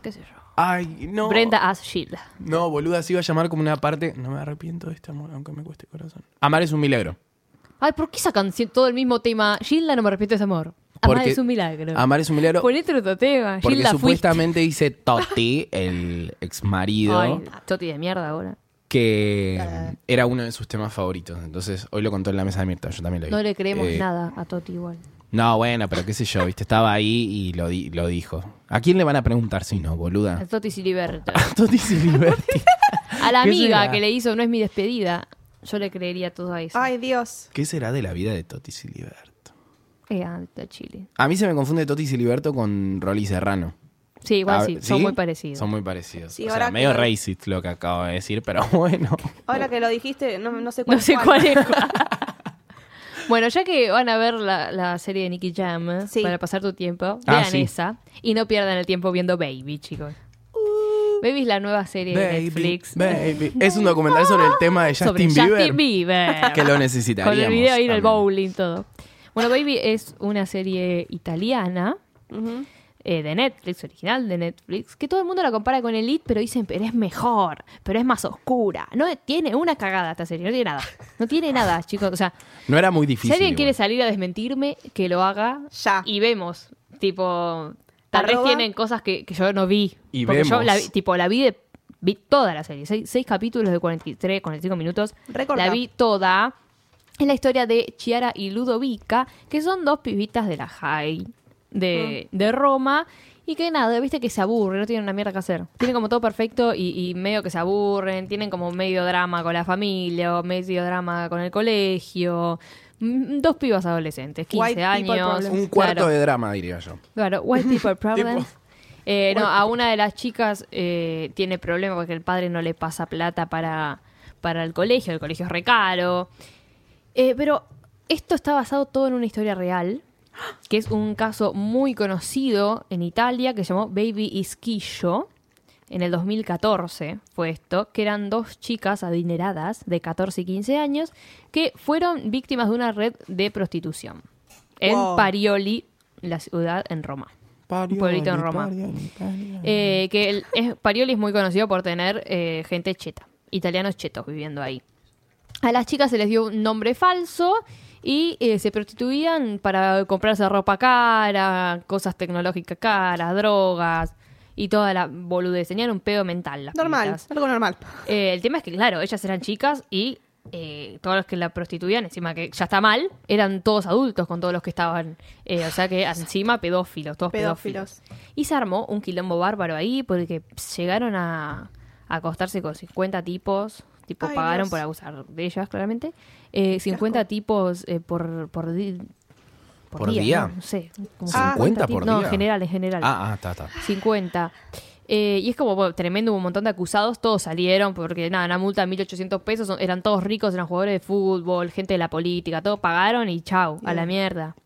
¿Qué sé yo?
Ay, no.
Brenda as Gilda.
No, boluda, se iba a llamar como una parte. No me arrepiento de este amor, aunque me cueste corazón. Amar es un milagro.
Ay, ¿por qué sacan sie- todo el mismo tema? Gilda, no me arrepiento de ese amor. Amar
Porque-
es un milagro.
Amar es un milagro.
Ponete otro tema.
Porque
Gilda
supuestamente dice Totti, el ex marido.
fuiste. Ay, Toti de mierda ahora.
que mm, era uno de sus temas favoritos. Entonces, hoy lo contó en la mesa de Mirta, yo también lo vi.
No le creemos
Eh,
nada a Toti igual.
No, bueno, pero qué sé yo, viste, estaba ahí y lo, di- lo dijo. ¿A quién le van a preguntar si no,
A
boluda?
Toti Siliberta.
A Toti Siliberti.
A la
¿Qué
amiga
será?
que le hizo No es mi despedida. Yo le creería todo eso.
Ay, Dios.
¿Qué será de la vida de Toti Siliberto?
Eh, alta Chile.
A mí se me confunde Toti Siliberto con Rolly Serrano.
Sí, igual
A-
sí, Son muy parecidos.
Son muy parecidos.
Sí,
o sea,
ahora
medio
que-
racist lo que acabo de decir, pero bueno.
Ahora que lo dijiste, no, no sé cuál
No sé
es
cuál es. cuál. bueno, ya que van a ver la, la serie de Nicky Jam ¿eh?
Sí.
para pasar tu tiempo,
Ah,
vean
sí.
esa y no pierdan el tiempo viendo Baby, chicos. Baby es la nueva serie de Netflix
baby. Es un documental sobre el tema de
sobre
Justin Bieber.
Justin Bieber.
Que lo
Con
necesitaríamos.
el video ahí en el
también.
bowling, todo. Bueno, Baby es una serie italiana
Ujú.
eh, de Netflix, original de Netflix, que todo el mundo la compara con Elite, pero dicen, pero es mejor, pero es más oscura. No eh, tiene una cagada esta serie, no tiene nada. No tiene nada, chicos. O sea,
No era muy
si
difícil.
alguien
igual.
quiere salir a desmentirme, que lo haga.
Ya.
Y vemos. Tipo, tal
Ah. Arroba.
vez tienen cosas que, que yo no vi.
Y
porque yo
vemos.
la vi, tipo, la vi de. Vi toda la serie. Seis, seis capítulos de 43, 45 minutos.
Recortá.
La vi toda. Es la historia de Chiara y Ludovica, que son dos pibitas de la high
Ah.
de, de Roma. Y que nada, viste que se aburren, no tienen una mierda que hacer. Tienen como todo perfecto y, y medio que se aburren. Tienen como medio drama con la familia, o medio drama con el colegio. Mm, Dos pibas adolescentes, 15
White people
años.
problems.
Un cuarto
claro.
de drama, diría yo.
Claro, white people problems. Eh, no, a una de las chicas eh, tiene problemas porque el padre no le pasa plata para, para el colegio, el colegio es recaro. Eh, pero Esto está basado todo en una historia real, que es un caso muy conocido en Italia que se llamó Baby Isquillo. En el 2014 fue esto, que eran dos chicas adineradas de 14 y 15 años que fueron víctimas de una red de prostitución en
Wow.
Parioli, la ciudad en Roma. Un pueblito en Roma. Eh, que el, es- Parioli es muy conocido por tener eh, gente cheta, italianos chetos viviendo ahí. A las chicas se les dio un nombre falso y eh, se prostituían para comprarse ropa cara, cosas tecnológicas caras, drogas y toda la boludez. Tenían un pedo mental. las
Normal,
pibitas.
algo normal.
Eh, el tema es que, claro, ellas eran chicas y eh, todos los que la prostituían, encima que ya está mal, eran todos adultos con todos los que estaban. eh, o sea que encima pedófilos, todos pedófilos.
Pedófilos.
Y se armó un quilombo bárbaro ahí porque pss, llegaron a, a acostarse con 50 tipos. Tipo,
Ay,
pagaron
Dios.
por abusar de ellas, claramente. Eh, 50 tipos eh, por, por, di-
¿Por día?
No, No sé. como
50 por
tipos. No,
día.
en general, en general.
Ah, ah, está, está.
50. Eh, y es como bueno, tremendo, hubo un montón de acusados, todos salieron porque nada, una multa de 1.800 pesos, son- eran todos ricos, eran jugadores de fútbol, gente de la política, todos pagaron y chau, a la mierda.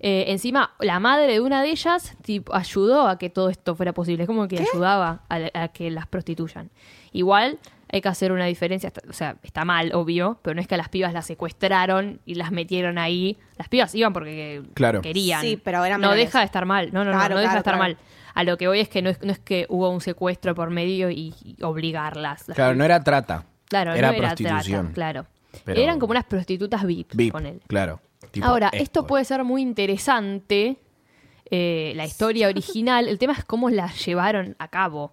Eh, encima, la madre de una de ellas tipo, ayudó a que todo esto fuera posible, es como que ayudaba a, la- a que las prostituyan. Igual hay que hacer una diferencia, está- o sea, está mal, obvio, pero no es que a las pibas las secuestraron y las metieron ahí, las pibas iban porque
Claro.
querían.
Sí, pero eran
no
menores.
deja de estar mal, no, no, no,
Claro,
no deja de
claro,
estar
claro.
mal. A lo que voy es que no es, no es que hubo un secuestro por medio y, y obligarlas. Las-
Claro, no era trata.
Claro,
era
no era
prostitución.
trata, claro.
Pero-
Eran como unas prostitutas VIP,
VIP,
con él.
claro. Tipo, eh.
Ahora, esto
escort.
puede ser muy interesante, eh, la historia original. El tema es cómo la llevaron a cabo.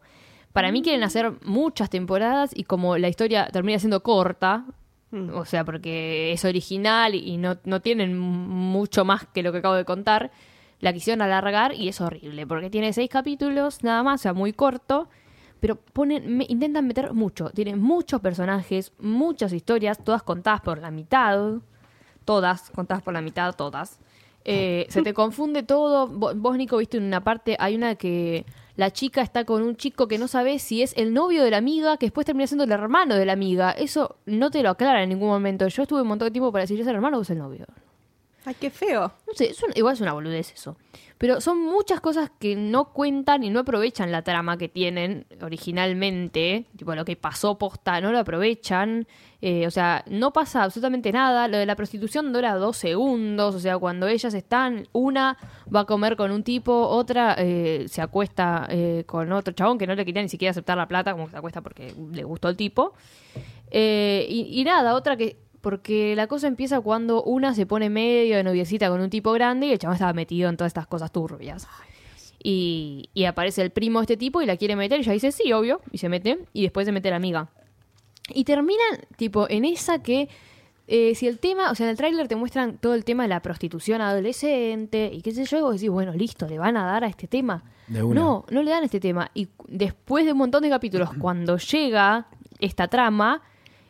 Para mí quieren hacer muchas temporadas y como la historia termina siendo corta, o sea, porque es original y no, no tienen mucho más que lo que acabo de contar, la quisieron alargar y es horrible, porque tiene seis capítulos nada más, o sea, muy corto. Pero ponen, me- intentan meter mucho. Tienen muchos personajes, muchas historias, todas contadas por la mitad todas, contadas por la mitad, todas. Eh, se te confunde todo. Vo- Vos, Nico, viste en una parte, hay una que la chica está con un chico que no sabes si es el novio de la amiga, que después termina siendo el hermano de la amiga. Eso no te lo aclara en ningún momento. Yo estuve un montón de tiempo para decir, ¿es el hermano o es el novio?
Ay, qué feo.
No sé, es un- igual es una boludez eso. Pero son muchas cosas que no cuentan y no aprovechan la trama que tienen originalmente. Tipo, lo que pasó posta, no lo aprovechan. Eh, o sea, no pasa absolutamente nada. Lo de la prostitución dura dos segundos. O sea, cuando ellas están, una va a comer con un tipo, otra eh, se acuesta eh, con otro chabón que no le quería ni siquiera aceptar la plata, como que se acuesta porque le gustó el tipo. Eh, y, y nada, otra que. Porque la cosa empieza cuando una se pone medio de noviecita con un tipo grande y el chabón estaba metido en todas estas cosas turbias. Y, y aparece el primo de este tipo y la quiere meter y ella dice sí, obvio, y se mete. Y después se mete la amiga. Y terminan, tipo, en esa que. eh, si el tema, o sea, en el tráiler te muestran todo el tema de la prostitución adolescente y qué sé yo, y vos decís, bueno, listo, le van a dar a este tema.
De una.
No, no le dan a este tema. Y cu- después de un montón de capítulos, cuando llega esta trama,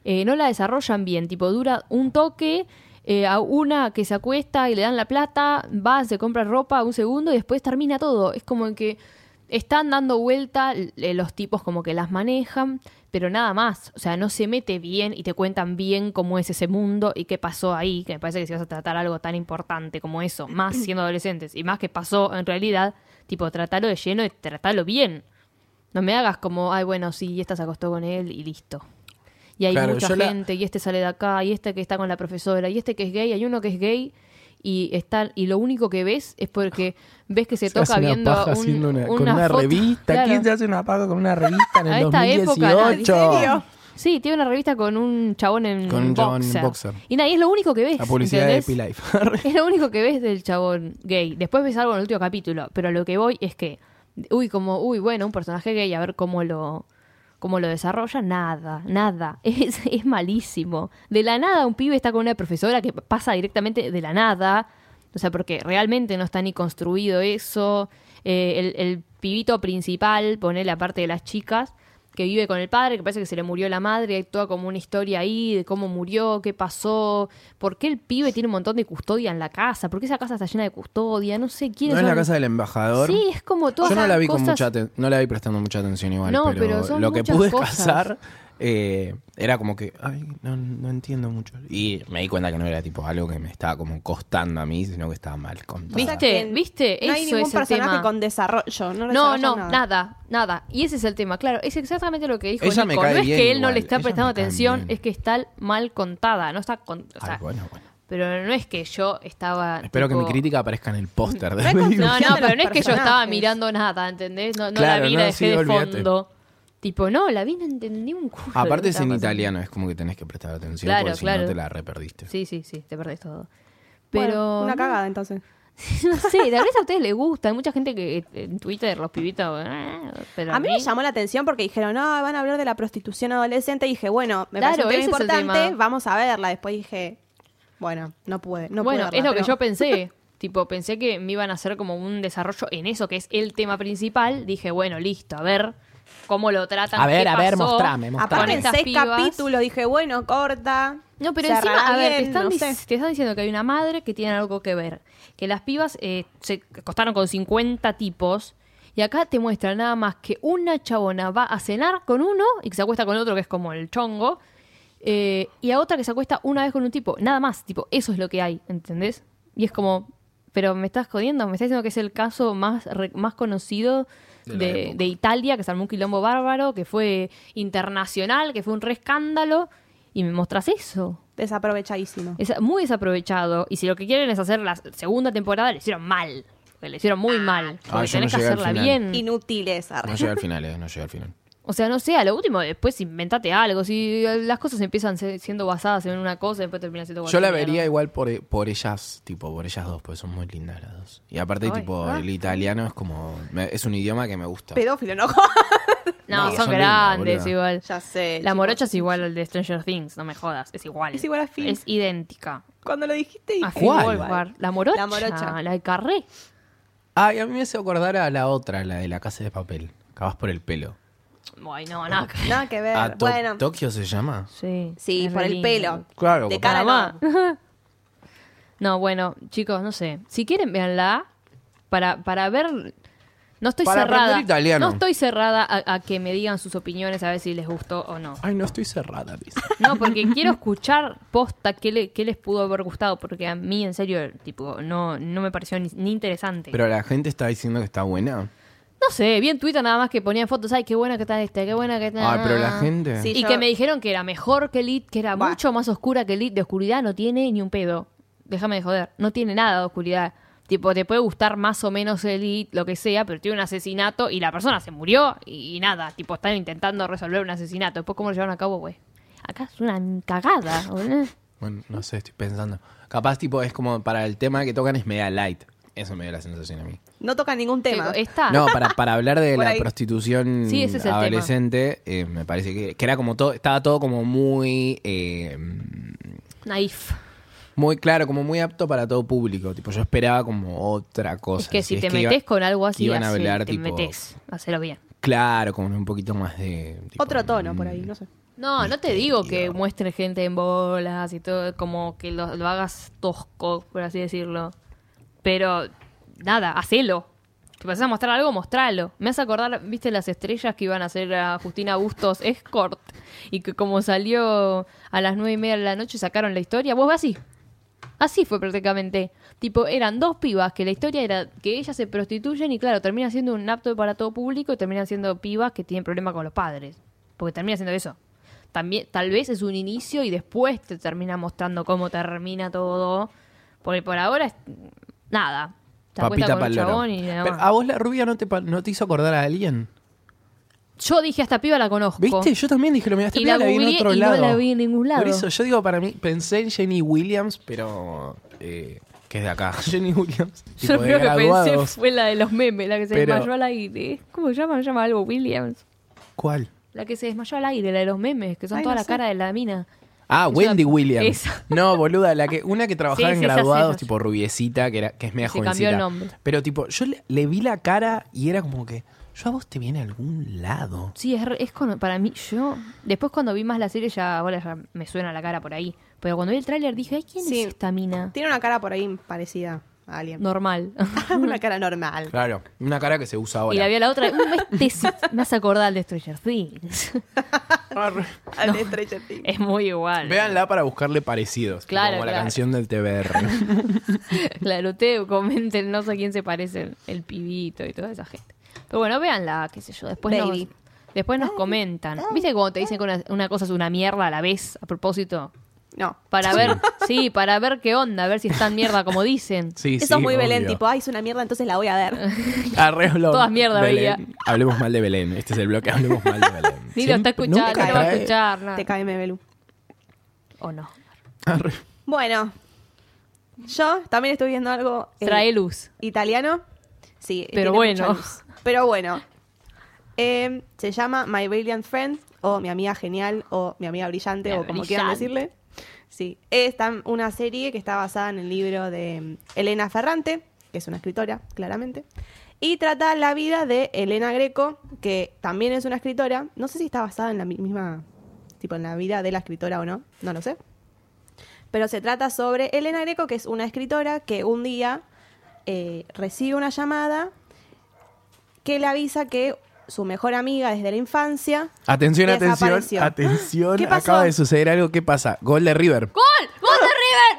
eh, no la desarrollan bien. Tipo, dura un toque eh, a una que se acuesta y le dan la plata, va, se compra ropa un segundo y después termina todo. Es como que están dando vuelta, l- eh, los tipos como que las manejan, pero nada más. O sea, no se mete bien y te cuentan bien cómo es ese mundo y qué pasó ahí. Que me parece que si vas a tratar algo tan importante como eso, más siendo adolescentes y más que pasó en realidad, tipo, tratalo de lleno y tratalo bien. No me hagas como, ay, bueno, sí, esta se acostó con él y listo. Y hay
Claro,
mucha
yo la-
gente, y este sale de acá, y este que está con la profesora, y este que es gay, hay uno que es gay, y está, y lo único que ves es porque ves que se,
Se
toca
hace una
viendo
paja
un-
haciendo una- con
una
una
foto.
revista.
Claro.
¿Quién se hace una paja con una revista en
A
el
esta época,
2018?
¿no?
¿En serio?
Sí, tiene una revista con un chabón en
Con un chabón en
boxer.
boxer.
Y nada, y es lo único que ves.
La publicidad
¿entendés?
de Epilife.
Es lo único que ves del chabón gay. Después ves algo en el último capítulo, pero lo que voy es que, uy, como, uy, bueno, un personaje gay, a ver cómo lo, cómo lo desarrolla, nada, nada. Es, es malísimo. De la nada, un pibe está con una profesora que pasa directamente de la nada. O sea, porque realmente no está ni construido eso. Eh, el, el pibito principal, pone la parte de las chicas, que vive con el padre, que parece que se le murió la madre, hay toda como una historia ahí de cómo murió, qué pasó, por qué el pibe tiene un montón de custodia en la casa, por qué esa casa está llena de custodia, no sé quién
¿No es la casa del embajador?
Sí, es como todas
Yo no
esas
la vi con
cosas-
mucha aten- no la vi prestando mucha atención igual,
No,
pero,
pero son
lo que
muchas
pude
cosas.
cazar eh, era como que, ay, no, no entiendo mucho. Y me di cuenta que no era tipo algo que me estaba como costando a mí, sino que estaba mal contado.
¿Viste? ¿Viste?
No hay
Eso
ningún
es el
personaje
tema.
con desarrollo. No,
No,
desarrollan
no, nada. nada, Y ese es el tema, claro. Es exactamente lo que dijo
Ella me
Nico.
cae
No es
bien
que él no
igual,
le está
ella me
prestando
cae
atención,
bien.
es que está mal contada. No está con- o sea,
Ay, bueno, bueno.
Pero no es que yo estaba.
Espero que
tipo-
mi crítica aparezca en el póster de
No hay
Medio.
No, no,
Mirando
pero
los
no es que yo estaba
personajes.
mirando nada, ¿entendés? No, no
Claro,
la vi, la
no,
dejé
sí,
de
olvídate.
fondo. Tipo, no, la vi, no entendí un culo. de lo que
Aparte es
estaba
en
pasando.
italiano, es como que tenés que prestar atención
Claro,
porque si
claro.
no te la reperdiste.
Sí, sí, sí, te perdés todo.
Bueno,
Pero.
una cagada, entonces.
No sé, tal vez a ustedes les gusta. Hay mucha gente que eh, en Twitter los pibitos. ah, Pero
A mí me llamó la atención porque dijeron, no, van a hablar de la prostitución adolescente. Y dije, bueno, me
Claro,
parece
ese
un tema
es el
importante,
tema.
vamos a verla. Después dije, bueno, no pude, no pude
bueno,
verla,
es lo que
pero-
yo pensé. tipo, pensé que me iban a hacer como un desarrollo en eso, que es el tema principal. Dije, bueno, listo, a ver cómo lo tratan.
A ver,
qué
a ver,
pasó
mostrame, mostrame.
con
Aparte en
estas
seis
pibas.
capítulos dije, bueno, corta.
No, pero
cerrará
encima, a ver, te
bien,
están,
no
dic-
sé.
te están diciendo que hay una madre que tiene algo que ver. Que las pibas eh, se acostaron con 50 tipos. Y acá te muestran nada más que una chabona va a cenar con uno y que se acuesta con otro, que es como el chongo. eh, y a otra que se acuesta una vez con un tipo. Nada más, tipo, eso es lo que hay, ¿entendés? Y es como, pero me estás jodiendo, me estás diciendo que es el caso más, re- más conocido
De la
de,
época.
de Italia, que se armó un quilombo bárbaro, que fue internacional, que fue un re escándalo. Y me mostras eso.
Desaprovechadísimo.
Es muy desaprovechado. Y si lo que quieren es hacer la segunda temporada, le hicieron mal. Le hicieron muy mal.
Ah,
Porque
yo
tenés
no
que
llegué al
hacerla
final.
bien.
Inútiles. arre.
No llegué al final, eh, no llegué al final.
O sea, no sé, a lo último después inventate algo. Si las cosas empiezan se- siendo basadas en una cosa, después terminan siendo
Yo la
cualquier
vería
mierda.
igual por, por ellas, tipo, por ellas dos, porque son muy lindas las dos. Y aparte,
Ay,
tipo,
ah.
el italiano es como, me- es un idioma que me gusta.
Pedófilo, no.
No,
No,
son,
son lindas,
grandes
boluda.
igual.
ya sé.
La
chicos.
morocha es igual al de Stranger Things, no me jodas. Es igual.
Es igual a Phoebe.
Es idéntica.
Cuando lo dijiste,
A
dije,
Phoebe
¿Cuál?
Waller. La morocha. La
La morocha.
de Carré.
Ay, a mí me hace acordar a la otra, la de la casa de papel. Acabas por el pelo.
Bueno, no, nada. que-
Nada que ver.
¿A Ah, To-
Eh, bueno.
Tokio se llama?
Sí.
Sí,
es
por
re
el
lindo.
pelo.
Claro,
De
capaz.
cara
Nada
no.
No, bueno, chicos, no sé. Si quieren, véanla. Para, para ver. No estoy
Para aprender
cerrada.
italiano.
No estoy cerrada a, a que me digan sus opiniones a ver si les gustó o no.
Ay, no estoy cerrada, dice.
No, porque quiero escuchar posta qué, le- qué les pudo haber gustado, porque a mí, en serio, tipo, no, no me pareció ni, ni interesante.
Pero la gente está diciendo que está buena.
no sé, bien Twitter nada más que ponían fotos, ay, qué buena que está esta, qué buena que está.
Ah, pero la gente.
Sí.
Y
yo-
que me dijeron que era mejor que Elite, que era
Bah.
mucho más oscura que Elite. De oscuridad no tiene ni un pedo. Déjame de joder. No tiene nada de oscuridad. Tipo, te puede gustar más o menos Elite, lo que sea, pero tiene un asesinato y la persona se murió y, y nada. Tipo, están intentando resolver un asesinato. Después, ¿cómo lo llevaron a cabo, güey? Acá es una cagada, boludo.
Bueno, no sé, estoy pensando. Capaz, tipo, es como para el tema que tocan es media light. Eso me dio la sensación a mí.
No toca ningún tema.
Tipo, Esta.
No, para, para hablar de
Por
la
ahí.
prostitución
Ah. Sí, ese es el
adolescente, eh, me parece que, que era como todo, estaba todo como muy, eh,
Naif.
muy claro, como muy apto para todo público. Tipo, yo esperaba como otra cosa.
Es que si
Es
te
iba-
metes con algo así,
iban a
hace-
hablar,
te
tipo-
metes. Hacelo bien.
Claro, como un poquito más de... tipo,
Otro tono por
Mm.
ahí, no sé.
No, no te digo que
Misterio.
muestre gente en bolas y todo, como que lo, lo hagas tosco, por así decirlo. Pero, nada, hacelo. Si vas a mostrar algo, mostralo. Me hace acordar, viste, las estrellas que iban a hacer a Justina Bustos Escort y que como salió a las nueve y media de la noche sacaron la historia. Vos vas así. Así fue prácticamente. Tipo, eran dos pibas que la historia era que ellas se prostituyen y claro, terminan siendo un apto para todo público y terminan siendo pibas que tienen problemas con los padres. Porque termina siendo eso. También, tal vez es un inicio y después te termina mostrando cómo termina todo. Porque por ahora es nada. Te acuestas
Papita
con un
pa'l loro.
chabón y nada
Pero, ah,
más.
¿A vos la rubia no te, pa- no te hizo acordar a alguien?
Yo dije a esta piba la conozco.
¿Viste? Yo también dije lo mismo. Esta
Y
piba
la
la, vi en
googleé
otro
y no
lado.
la vi en ningún lado.
Por eso, yo digo para mí, pensé en Jenny Williams, pero. eh, que es de acá. Jenny Williams.
Yo
tipo de
lo primero que pensé
graduados.
fue la de los memes, la que se
Pero-
desmayó al aire. ¿Cómo se llama? Se llama algo Williams.
¿Cuál?
La que se desmayó al aire, la de los memes, que son
Ay,
toda
no
la
sé.
cara de la mina.
Ah,
Es
Wendy
una-
Williams.
Esa.
No, boluda, la que, una que trabajaba
Sí,
en
sí, ya sé,
graduados,
ya sé.
tipo rubiecita, que, era, que es media
Se cambió
jovencita.
el nombre.
Pero tipo, yo le, le vi la cara y era como que, yo a vos te viene a algún lado.
Sí, es, re- es cono- para mí, yo... Después cuando vi más la serie ya, ahora ya me suena la cara por ahí. Pero cuando vi el tráiler dije, ay, ¿quién
Sí.
es esta mina?
Tiene una cara por ahí parecida a alguien.
normal.
Una cara normal.
Claro, una cara que se usa ahora.
Y la vio la otra. "Mm, este sí, me hace acordar de Stranger Things.
Arre.
Al de Stranger Things.
es muy igual.
Véanla para buscarle parecidos.
Claro,
como la
claro.
canción del TBR.
Claro, ustedes comenten, no sé a quién se parece el, el pibito y toda esa gente. Pero bueno, véanla, qué sé yo, después
Baby.
nos, después nos comentan. ¿Viste cómo te dicen que una, una cosa es una mierda a la vez, a propósito?
No.
Para ver, sí, para ver qué onda, a ver si es tan mierda como dicen.
Sí,
Eso
sí,
es muy Belén,
obvio.
tipo, ay, es una mierda, entonces la voy a ver.
Arre, lo-
Todas mierda,
Belén.
veía.
Hablemos mal de Belén. Este es el bloque. Hablemos mal de Belén.
Ni lo está
Siempre-
escuchando,
nunca
no va a
trae-
escuchar nada.
Te cae Belú.
O no.
Arre.
Bueno, yo también estoy viendo algo eh,
Trae luz.
italiano. Sí,
Pero
tiene
bueno.
mucha luz. Pero bueno. Eh, se llama My Brilliant Friend o Mi Amiga Genial o Mi Amiga Brillante
Mi
o como quieran
Brillante.
decirle. Sí, es tam- una serie que está basada en el libro de mm, Elena Ferrante, que es una escritora, claramente. Y trata la vida de Elena Greco, que también es una escritora. No sé si está basada en la mi- misma, tipo en la vida de la escritora o no, no lo sé. Pero se trata sobre Elena Greco, que es una escritora que un día eh, recibe una llamada que le avisa que su mejor amiga desde la infancia.
Atención, atención,
Desapareció.
atención.
¿Qué pasó?
Acaba de suceder algo. ¿Qué pasa? Gol de River.
¡Gol! ¡Gol de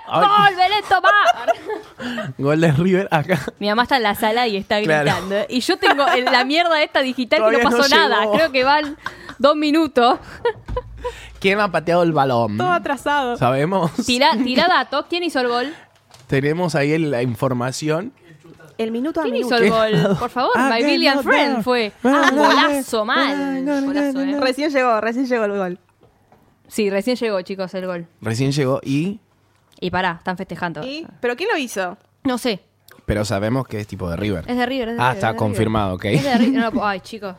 River!
Ay.
¡Gol, Belén, tomá!
Gol de River acá.
Mi mamá está en la sala y está
Claro.
gritando. ¿eh? Y yo tengo el- la mierda esta digital que
Todavía
no
no
pasó nada.
llegó.
Creo que van dos minutos.
¿Quién ha pateado el balón?
Todo atrasado.
Sabemos.
Tira, tira datos. ¿Quién hizo el gol?
Tenemos ahí el- la información.
El minuto a
¿Quién
minuto.
hizo el
¿Qué?
gol? Por favor,
Ah,
My
ganó,
Brilliant
ganó.
Friend fue.
Ganó,
Ah,
ganó,
golazo mal.
ganó, ganó,
Golazo, eh.
ganó.
Recién llegó, recién llegó el gol.
Sí, recién llegó, chicos, el gol.
Recién llegó y.
Y pará, están festejando.
¿Y? ¿Pero quién lo hizo?
No sé.
Pero sabemos que es tipo de River.
Es de River. es de
Ah,
River,
está
es de
confirmado,
River.
ok.
Es de River. No, no, ay, chicos.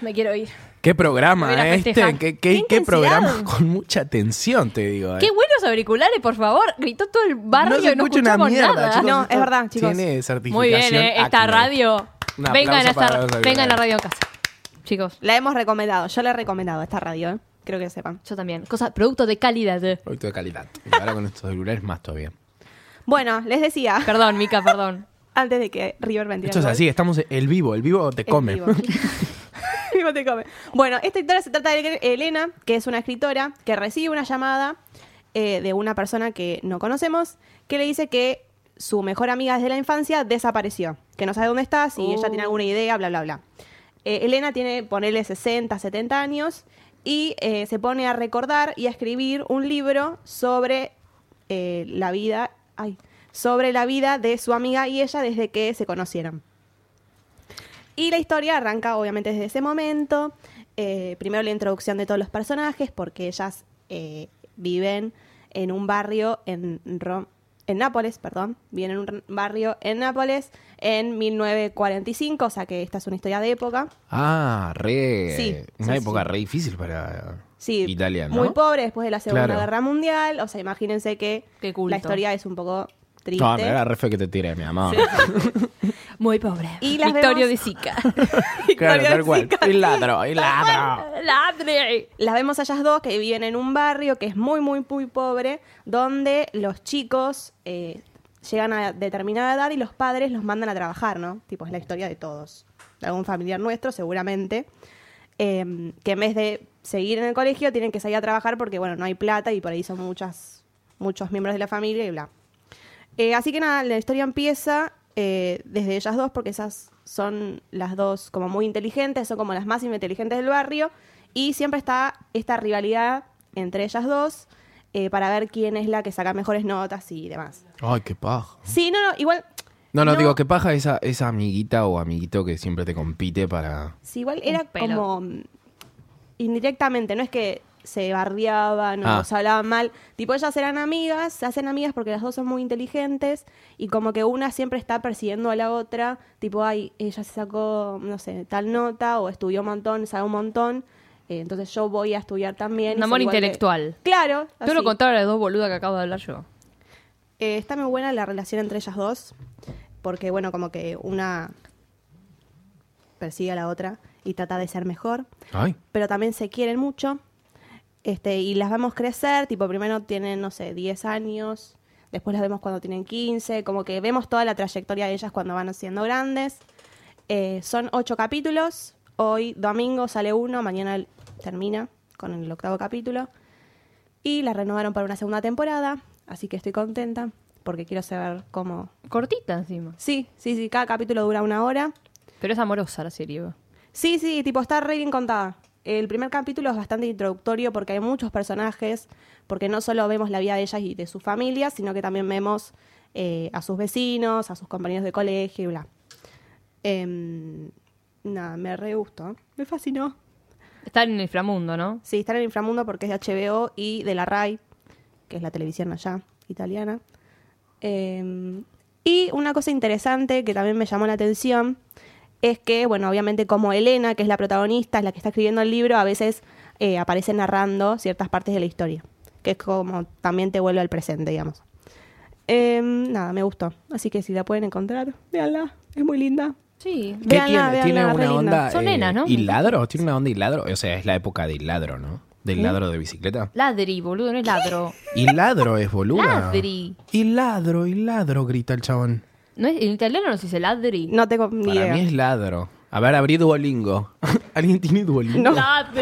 Me quiero ir.
Qué
Voy a
programa
ir a
este.
festejar.
¿Qué,
Qué
qué, qué
intensidad.
programa con mucha tensión, te digo. eh.
Qué buenos auriculares, por favor. Gritó todo el barrio
no se
y no
escucha una
escuchamos
mierda,
nada.
chicos.
No,
Esto
es verdad, chicos.
Tiene certificación.
Muy bien, ¿eh? esta
ACME.
radio.
Un aplauso
Vengan a,
para
esta,
los
vengan a la
auriculares.
radio en casa. Chicos,
La hemos recomendado, yo le he recomendado esta radio, ¿eh? creo que lo sepan.
yo también. Cosas, productos de calidad. eh.
Producto de calidad. Y ahora con estos celulares más todavía.
Bueno, les decía,
Perdón, Mica, perdón.
antes de que River vendiera
Esto es
el gol,
así, estamos el vivo, el vivo te
el
come.
vivo. Vivo te come. Bueno, esta historia se trata de Elena, que es una escritora, que recibe una llamada eh, de una persona que no conocemos, que le dice que su mejor amiga desde la infancia desapareció, que no sabe dónde está, si
Uh.
ella tiene
Oh.
alguna idea, bla, bla, bla. Eh, Elena tiene, ponerle 60, 70 años, y eh, se pone a recordar y a escribir un libro sobre eh, la vida, ay, sobre la vida de su amiga y ella desde que se conocieron. Y la historia arranca obviamente desde ese momento. Eh, primero la introducción de todos los personajes, porque ellas eh, viven en un barrio en Rom- en Nápoles, perdón, viven en un r- barrio en Nápoles en 1945, o sea que esta es una historia de época.
Ah, re.
Sí,
una
sí,
época
sí.
re difícil para
Sí,
Italia, ¿no?
muy pobre después de la Segunda
Claro.
Guerra Mundial, o sea, imagínense que
Qué culto.
la historia es un poco triste.
No, me da la refe que te tire, mi amor.
Muy pobre.
Y las
Victorio de
vemos-
Sica.
claro, tal cual.
Victoria
Y ladro, y ladro.
¡Ladre!
Las vemos a ellas dos que viven en un barrio que es muy, muy, muy pobre, donde los chicos eh, llegan a determinada edad y los padres los mandan a trabajar, ¿no? Tipo, es la historia de todos. De algún familiar nuestro, seguramente. eh, que en vez de seguir en el colegio, tienen que salir a trabajar porque, bueno, no hay plata y por ahí son muchas, muchos miembros de la familia y bla. Eh, así que nada, la historia empieza eh, desde ellas dos, porque esas son las dos como muy inteligentes, son como las más inteligentes del barrio, y siempre está esta rivalidad entre ellas dos eh, para ver quién es la que saca mejores notas y demás.
Ay, qué paja.
Sí, no, no, igual...
No, no,
No.
digo, qué paja esa, esa amiguita o amiguito que siempre te compite para.
Sí, igual era
Un pelo.
como mm, indirectamente, no es que se bardeaban
Ah.
o se hablaban mal. Tipo, ellas eran amigas, se hacen amigas porque las dos son muy inteligentes y como que una siempre está persiguiendo a la otra. Tipo, ay, ella se sacó, no sé, tal nota o estudió un montón, sabe un montón. eh, entonces yo voy a estudiar también. y
Un
ser
amor
igual que-
intelectual.
Claro.
Todo lo
así.
contrario a las dos boludas que acabo de hablar yo.
Eh, está muy buena la relación entre ellas dos, porque bueno, como que una persigue a la otra y trata de ser mejor
Ay.
pero también se quieren mucho. Este, y las vamos a crecer, tipo, primero tienen, no sé, 10 años, Después las vemos cuando tienen 15, como que vemos toda la trayectoria de ellas cuando van siendo grandes. Eh, son ocho capítulos. Hoy, domingo, sale uno, mañana el- termina con el octavo capítulo. Y la renovaron para una segunda temporada, así que estoy contenta porque quiero saber cómo.
Cortita encima.
Sí, sí, sí, cada capítulo dura una hora.
Pero es amorosa la serie. Eva.
Sí, sí, tipo, está re bien contada. El primer capítulo es bastante introductorio porque hay muchos personajes, porque no solo vemos la vida de ellas y de sus familias, sino que también vemos eh, a sus vecinos, a sus compañeros de colegio y bla. Em, nada, me re gustó. Me fascinó.
Está en el inframundo, ¿no?
Sí, está en el inframundo porque es de HBO y de la RAI, que es la televisión allá, italiana. Eh, y una cosa interesante que también me llamó la atención es que, bueno, obviamente como Elena, que es la protagonista, es la que está escribiendo el libro, a veces eh, aparece narrando ciertas partes de la historia, que es como también te vuelve al presente, digamos. Eh, nada, me gustó. Así que si la pueden encontrar, véanla. Es muy linda.
Sí.
¿Qué tiene?
Véanla, véanla,
tiene
re
una
linda.
onda. eh,
Son nenas, ¿no?
¿Y ladro? ¿Tiene una onda y ladro? O sea, es la época del ladro, ¿no? Del ladro de bicicleta.
Ladri, boludo, no es ladro.
Y ladro es boluda.
Ladri.
Y ladro, y ladro, grita el chabón.
No es, en italiano no se dice ladri.
No tengo ni
Para
idea.
mí es ladro. A ver, abrí Duolingo. ¿Alguien tiene Duolingo?
No.
Ladri.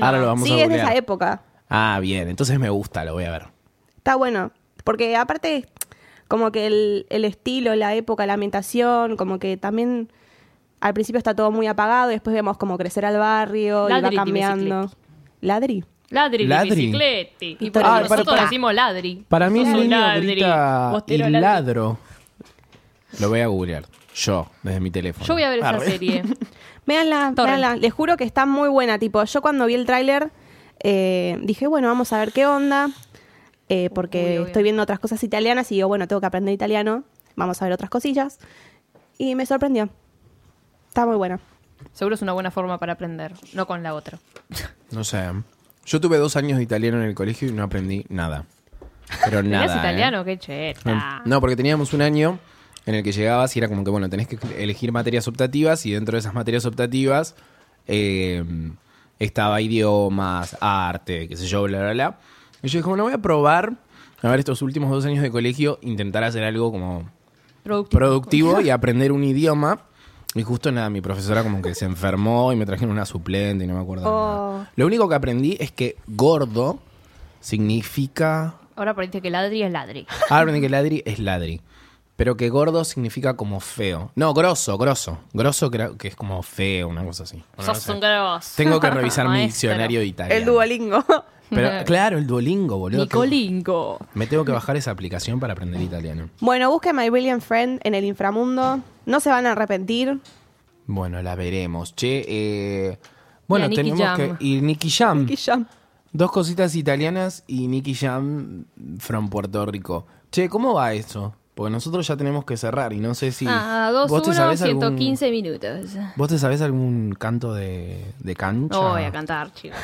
Ahora lo vamos a
sí, es de
googlear.
esa época.
Ah, bien. Entonces me gusta, lo voy a ver.
Está bueno, porque aparte, como que el, el estilo, la época, la ambientación, como que también al principio está todo muy apagado y después vemos como crecer al barrio
Ladri
y
di
va cambiando. Ladri.
Ladri,
Ladri.
de bicicleti. Y por
Ah,
eso
para-
nosotros
para-
decimos ladri.
Para mí
Sos
el
un
niño
ladri.
grita
Vos te
y
lo ladri.
ladro. Lo voy a googlear. Yo, desde mi teléfono.
Yo voy a ver
Arre.
esa serie.
Véanla,
Torrent.
véanla. Les juro que está muy buena. Tipo, yo cuando vi el tráiler eh, dije, bueno, vamos a ver qué onda. eh,
Uy,
porque
obvio.
estoy viendo otras cosas italianas y digo, bueno, tengo que aprender italiano. Vamos a ver otras cosillas. Y me sorprendió. Está muy buena.
Seguro es una buena forma para aprender, no con la otra.
No sé. Yo tuve dos años de italiano en el colegio y no aprendí nada. Pero nada.
Mirá,
¿eh?
es italiano? Qué cheta.
No, porque teníamos un año en el que llegabas y era como que, bueno, tenés que elegir materias optativas y dentro de esas materias optativas eh, estaba idiomas, arte, qué sé yo, bla, bla, bla. Y yo dije, bueno, voy a probar, a ver, estos últimos dos años de colegio, intentar hacer algo como
Productivo.
productivo y aprender un idioma. Y justo nada, mi profesora como que se enfermó y me trajeron una suplente y no me acuerdo. de
Oh.
nada. Lo único que aprendí es que gordo significa...
Ahora aprendiste que ladri es ladri.
Ah, aprendí que ladri es ladri. Pero que gordo significa como feo. No, grosso, grosso. Grosso creo que es como feo, una cosa así. Bueno, no
Sos
sé.
un grosso.
Tengo que revisar mi
Maestro.
diccionario de italiano.
El Duolingo.
Pero, claro, el Duolingo, boludo.
Nicolingo.
Me tengo que bajar esa aplicación para aprender italiano.
Bueno, busquen My Brilliant Friend en el inframundo. No se van a arrepentir.
Bueno, la veremos. Che, eh, bueno,
Y a Nicky
tenemos
Jam.
que. Y Nicky Jam.
Y ya.
Dos cositas italianas y Nicky Jam from Puerto Rico. Che, ¿cómo va eso? Porque nosotros ya tenemos que cerrar y no sé si.
Ah, 2,
¿vos te
1,
sabés algún-
115 minutos.
¿Vos te sabés algún canto de, de cancha?
No voy a cantar, chicos.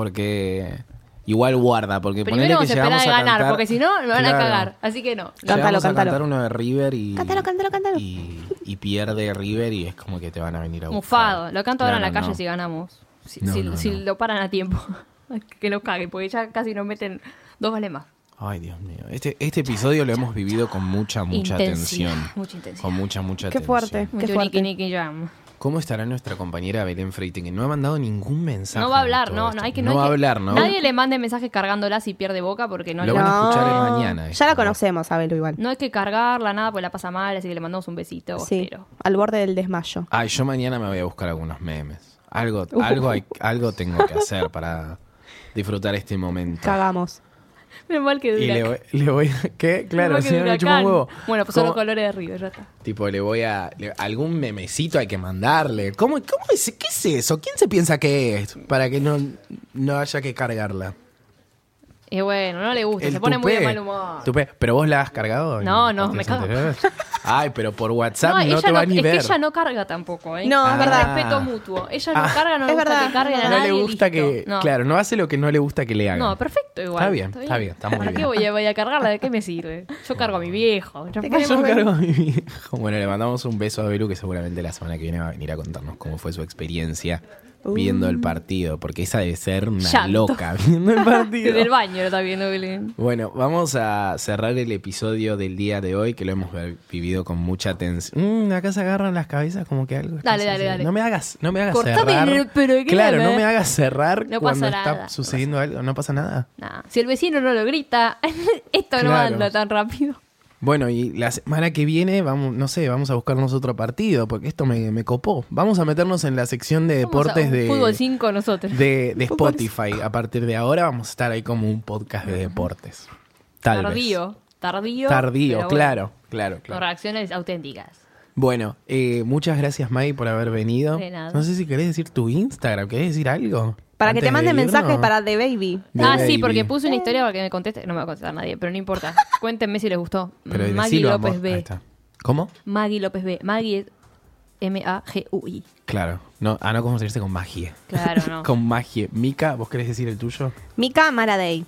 Porque. Igual guarda, porque
Primero
ponele que
vamos a esperar
llegamos
a
a
ganar,
cantar-
porque si no, me van a
Claro.
cagar. Así que no.
Cántalo,
Llegamos a
cántalo.
cantar uno de River y.
Cántalo, cántalo, cántalo.
Y, y pierde River y es como que te van a venir a buscar.
Mufado. Lo canto ahora en la
Claro,
calle
no.
si ganamos. Si,
No,
si-
no,
si
no.
lo paran a tiempo. que lo caguen, porque ya casi nos meten dos goles más.
Ay, Dios mío. Este, este episodio lo hemos vivido con mucha, mucha
Intensidad,
tensión.
mucha intensidad.
Con mucha, mucha
Qué
tensión.
fuerte. Qué
Mucho
fuerte.
Nicky Nicky Jam.
¿Cómo estará nuestra compañera Belén Freite? Que no ha mandado ningún mensaje.
No va a
de
hablar,
todo
no,
esto.
no hay que
No,
hay
va a
que-
hablar, ¿no?
Nadie le mande mensajes cargándola si pierde boca porque no,
Lo
la-
van a escuchar el mañana, esto,
Ya la
¿no?
conocemos a Belu igual.
no hay que cargarla nada porque la pasa mal, así que le mandamos un besito.
sí,
Pero
al borde del desmayo.
Ay, yo mañana me voy a buscar algunos memes. Algo,
Uh.
algo, hay- algo tengo que hacer para disfrutar este momento.
Cagamos.
Menos mal que dura.
Y le voy, le voy a... ¿Qué? Claro,
Menos mal que
si no me
Huracán.
chupa un huevo.
Bueno, pues son los
¿Cómo?
colores de River, ya está.
Tipo, le voy a... le- algún memecito hay que mandarle. ¿Cómo, cómo es, ¿Qué es eso? ¿Quién se piensa que es? Para que no, no haya que cargarla.
Y bueno, no le gusta,
El
se pone muy de
tupé.
mal humor.
Tupé. ¿Pero vos la has cargado? en
No, no, me
partidos
cago.
anteriores? Ay, pero por WhatsApp
No,
no,
ella
te va
no,
ni
es
ver.
que ella no carga tampoco, ¿eh?
No,
es
es
verdad.
respeto mutuo. Ella no
Ah.
carga, no le
Es
gusta
verdad,
que carguen a
no
No
nadie.
le gusta
listo.
que...
No.
Claro, no hace lo que no le gusta que le hagan.
No, perfecto igual.
Está bien, está bien, está muy
¿Para
bien.
qué voy a, voy a cargarla? ¿De qué me sirve? Yo cargo a mi viejo. Yo-
Yo cargo a mi viejo. Bueno, le mandamos un beso a Belu que seguramente la semana que viene va a venir a contarnos cómo fue su experiencia viendo el partido, porque esa debe ser una
Uh. Llanto.
loca viendo el partido.
En el baño lo está viendo Belén.
Bueno, vamos a cerrar el episodio del día de hoy, que lo hemos ver- vivido con mucha tensión. Mm, acá se agarran las cabezas como que algo. está
Dale, dale,
sucediendo.
dale.
No me hagas, no me hagas
Cortame,
cerrar.
pero ¿qué
claro,
dame?
no me hagas cerrar
No
cuando
pasa
está
nada.
sucediendo algo. No pasa nada.
Nah, Si el vecino no lo grita, esto no
Claro.
anda tan rápido.
Bueno, y la semana que viene, vamos, no sé, vamos a buscarnos otro partido, porque esto me, me copó. Vamos a meternos en la sección de
Vamos a
deportes
un
de.
Fútbol 5 nosotros.
de, de Spotify. A partir de ahora vamos a estar ahí como un podcast de deportes. Tal
tardío,
vez.
tardío.
Tardío,
pero bueno,
claro, claro,
Con
claro.
reacciones auténticas.
Bueno, eh, muchas gracias Mai por haber venido.
De nada.
No sé si querés decir tu Instagram, querés decir algo.
Para que
Antes
te manden
de irnos.
mensajes para The Baby.
De
ah, sí,
Baby.
porque puse una historia para que me conteste. No me va a contestar nadie, pero no importa. Cuéntenme si les gustó.
Pero
Maggie
decilo, amor.
López
Ahí
B.
está. ¿Cómo?
Maggie López B. Maggie es M-A-G-U-I.
Claro. No, ah, no confundirse con magia.
Claro, no.
con magia. Mica, ¿vos querés decir el tuyo?
Mika Maraday.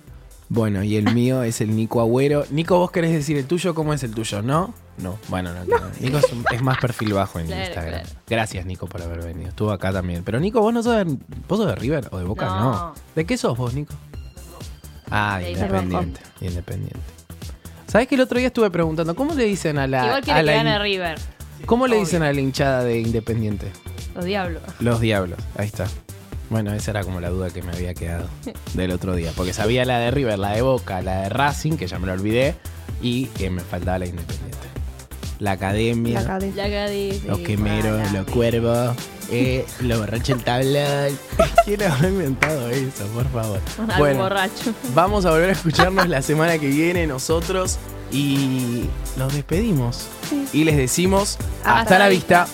Bueno, y el mío es el Nico Agüero. Nico, ¿vos querés decir el tuyo? ¿Cómo es el tuyo? ¿No? No, bueno, no. no. Nico es, un- es más perfil bajo en
Claro,
Instagram.
claro.
Gracias, Nico, por haber venido. Estuvo acá también. Pero, Nico, ¿vos no sos de, vos sos de River o de Boca? No.
No.
¿De qué sos vos, Nico? Ah,
De
independiente. Independiente. ¿Sabés que el otro día estuve preguntando, ¿cómo le dicen a la...
Igual quiere
a
que
la
gane
hin-
River.
¿Cómo le
Obvio.
dicen a la hinchada de Independiente?
Los diablos.
Los diablos, ahí está. Bueno, esa era como la duda que me había quedado del otro día. Porque sabía la de River, la de Boca, la de Racing, que ya me la olvidé, y que me faltaba la Independiente. La academia,
La cabeza.
La Cádiz,
los
sí,
quemeros,
para.
los cuervos, eh, los borrachos el tablón. ¿Quién habrá inventado eso, por favor?
Algo borracho.
vamos a volver a escucharnos la semana que viene nosotros y nos despedimos. Y les decimos, hasta,
Hasta
la
la
vista.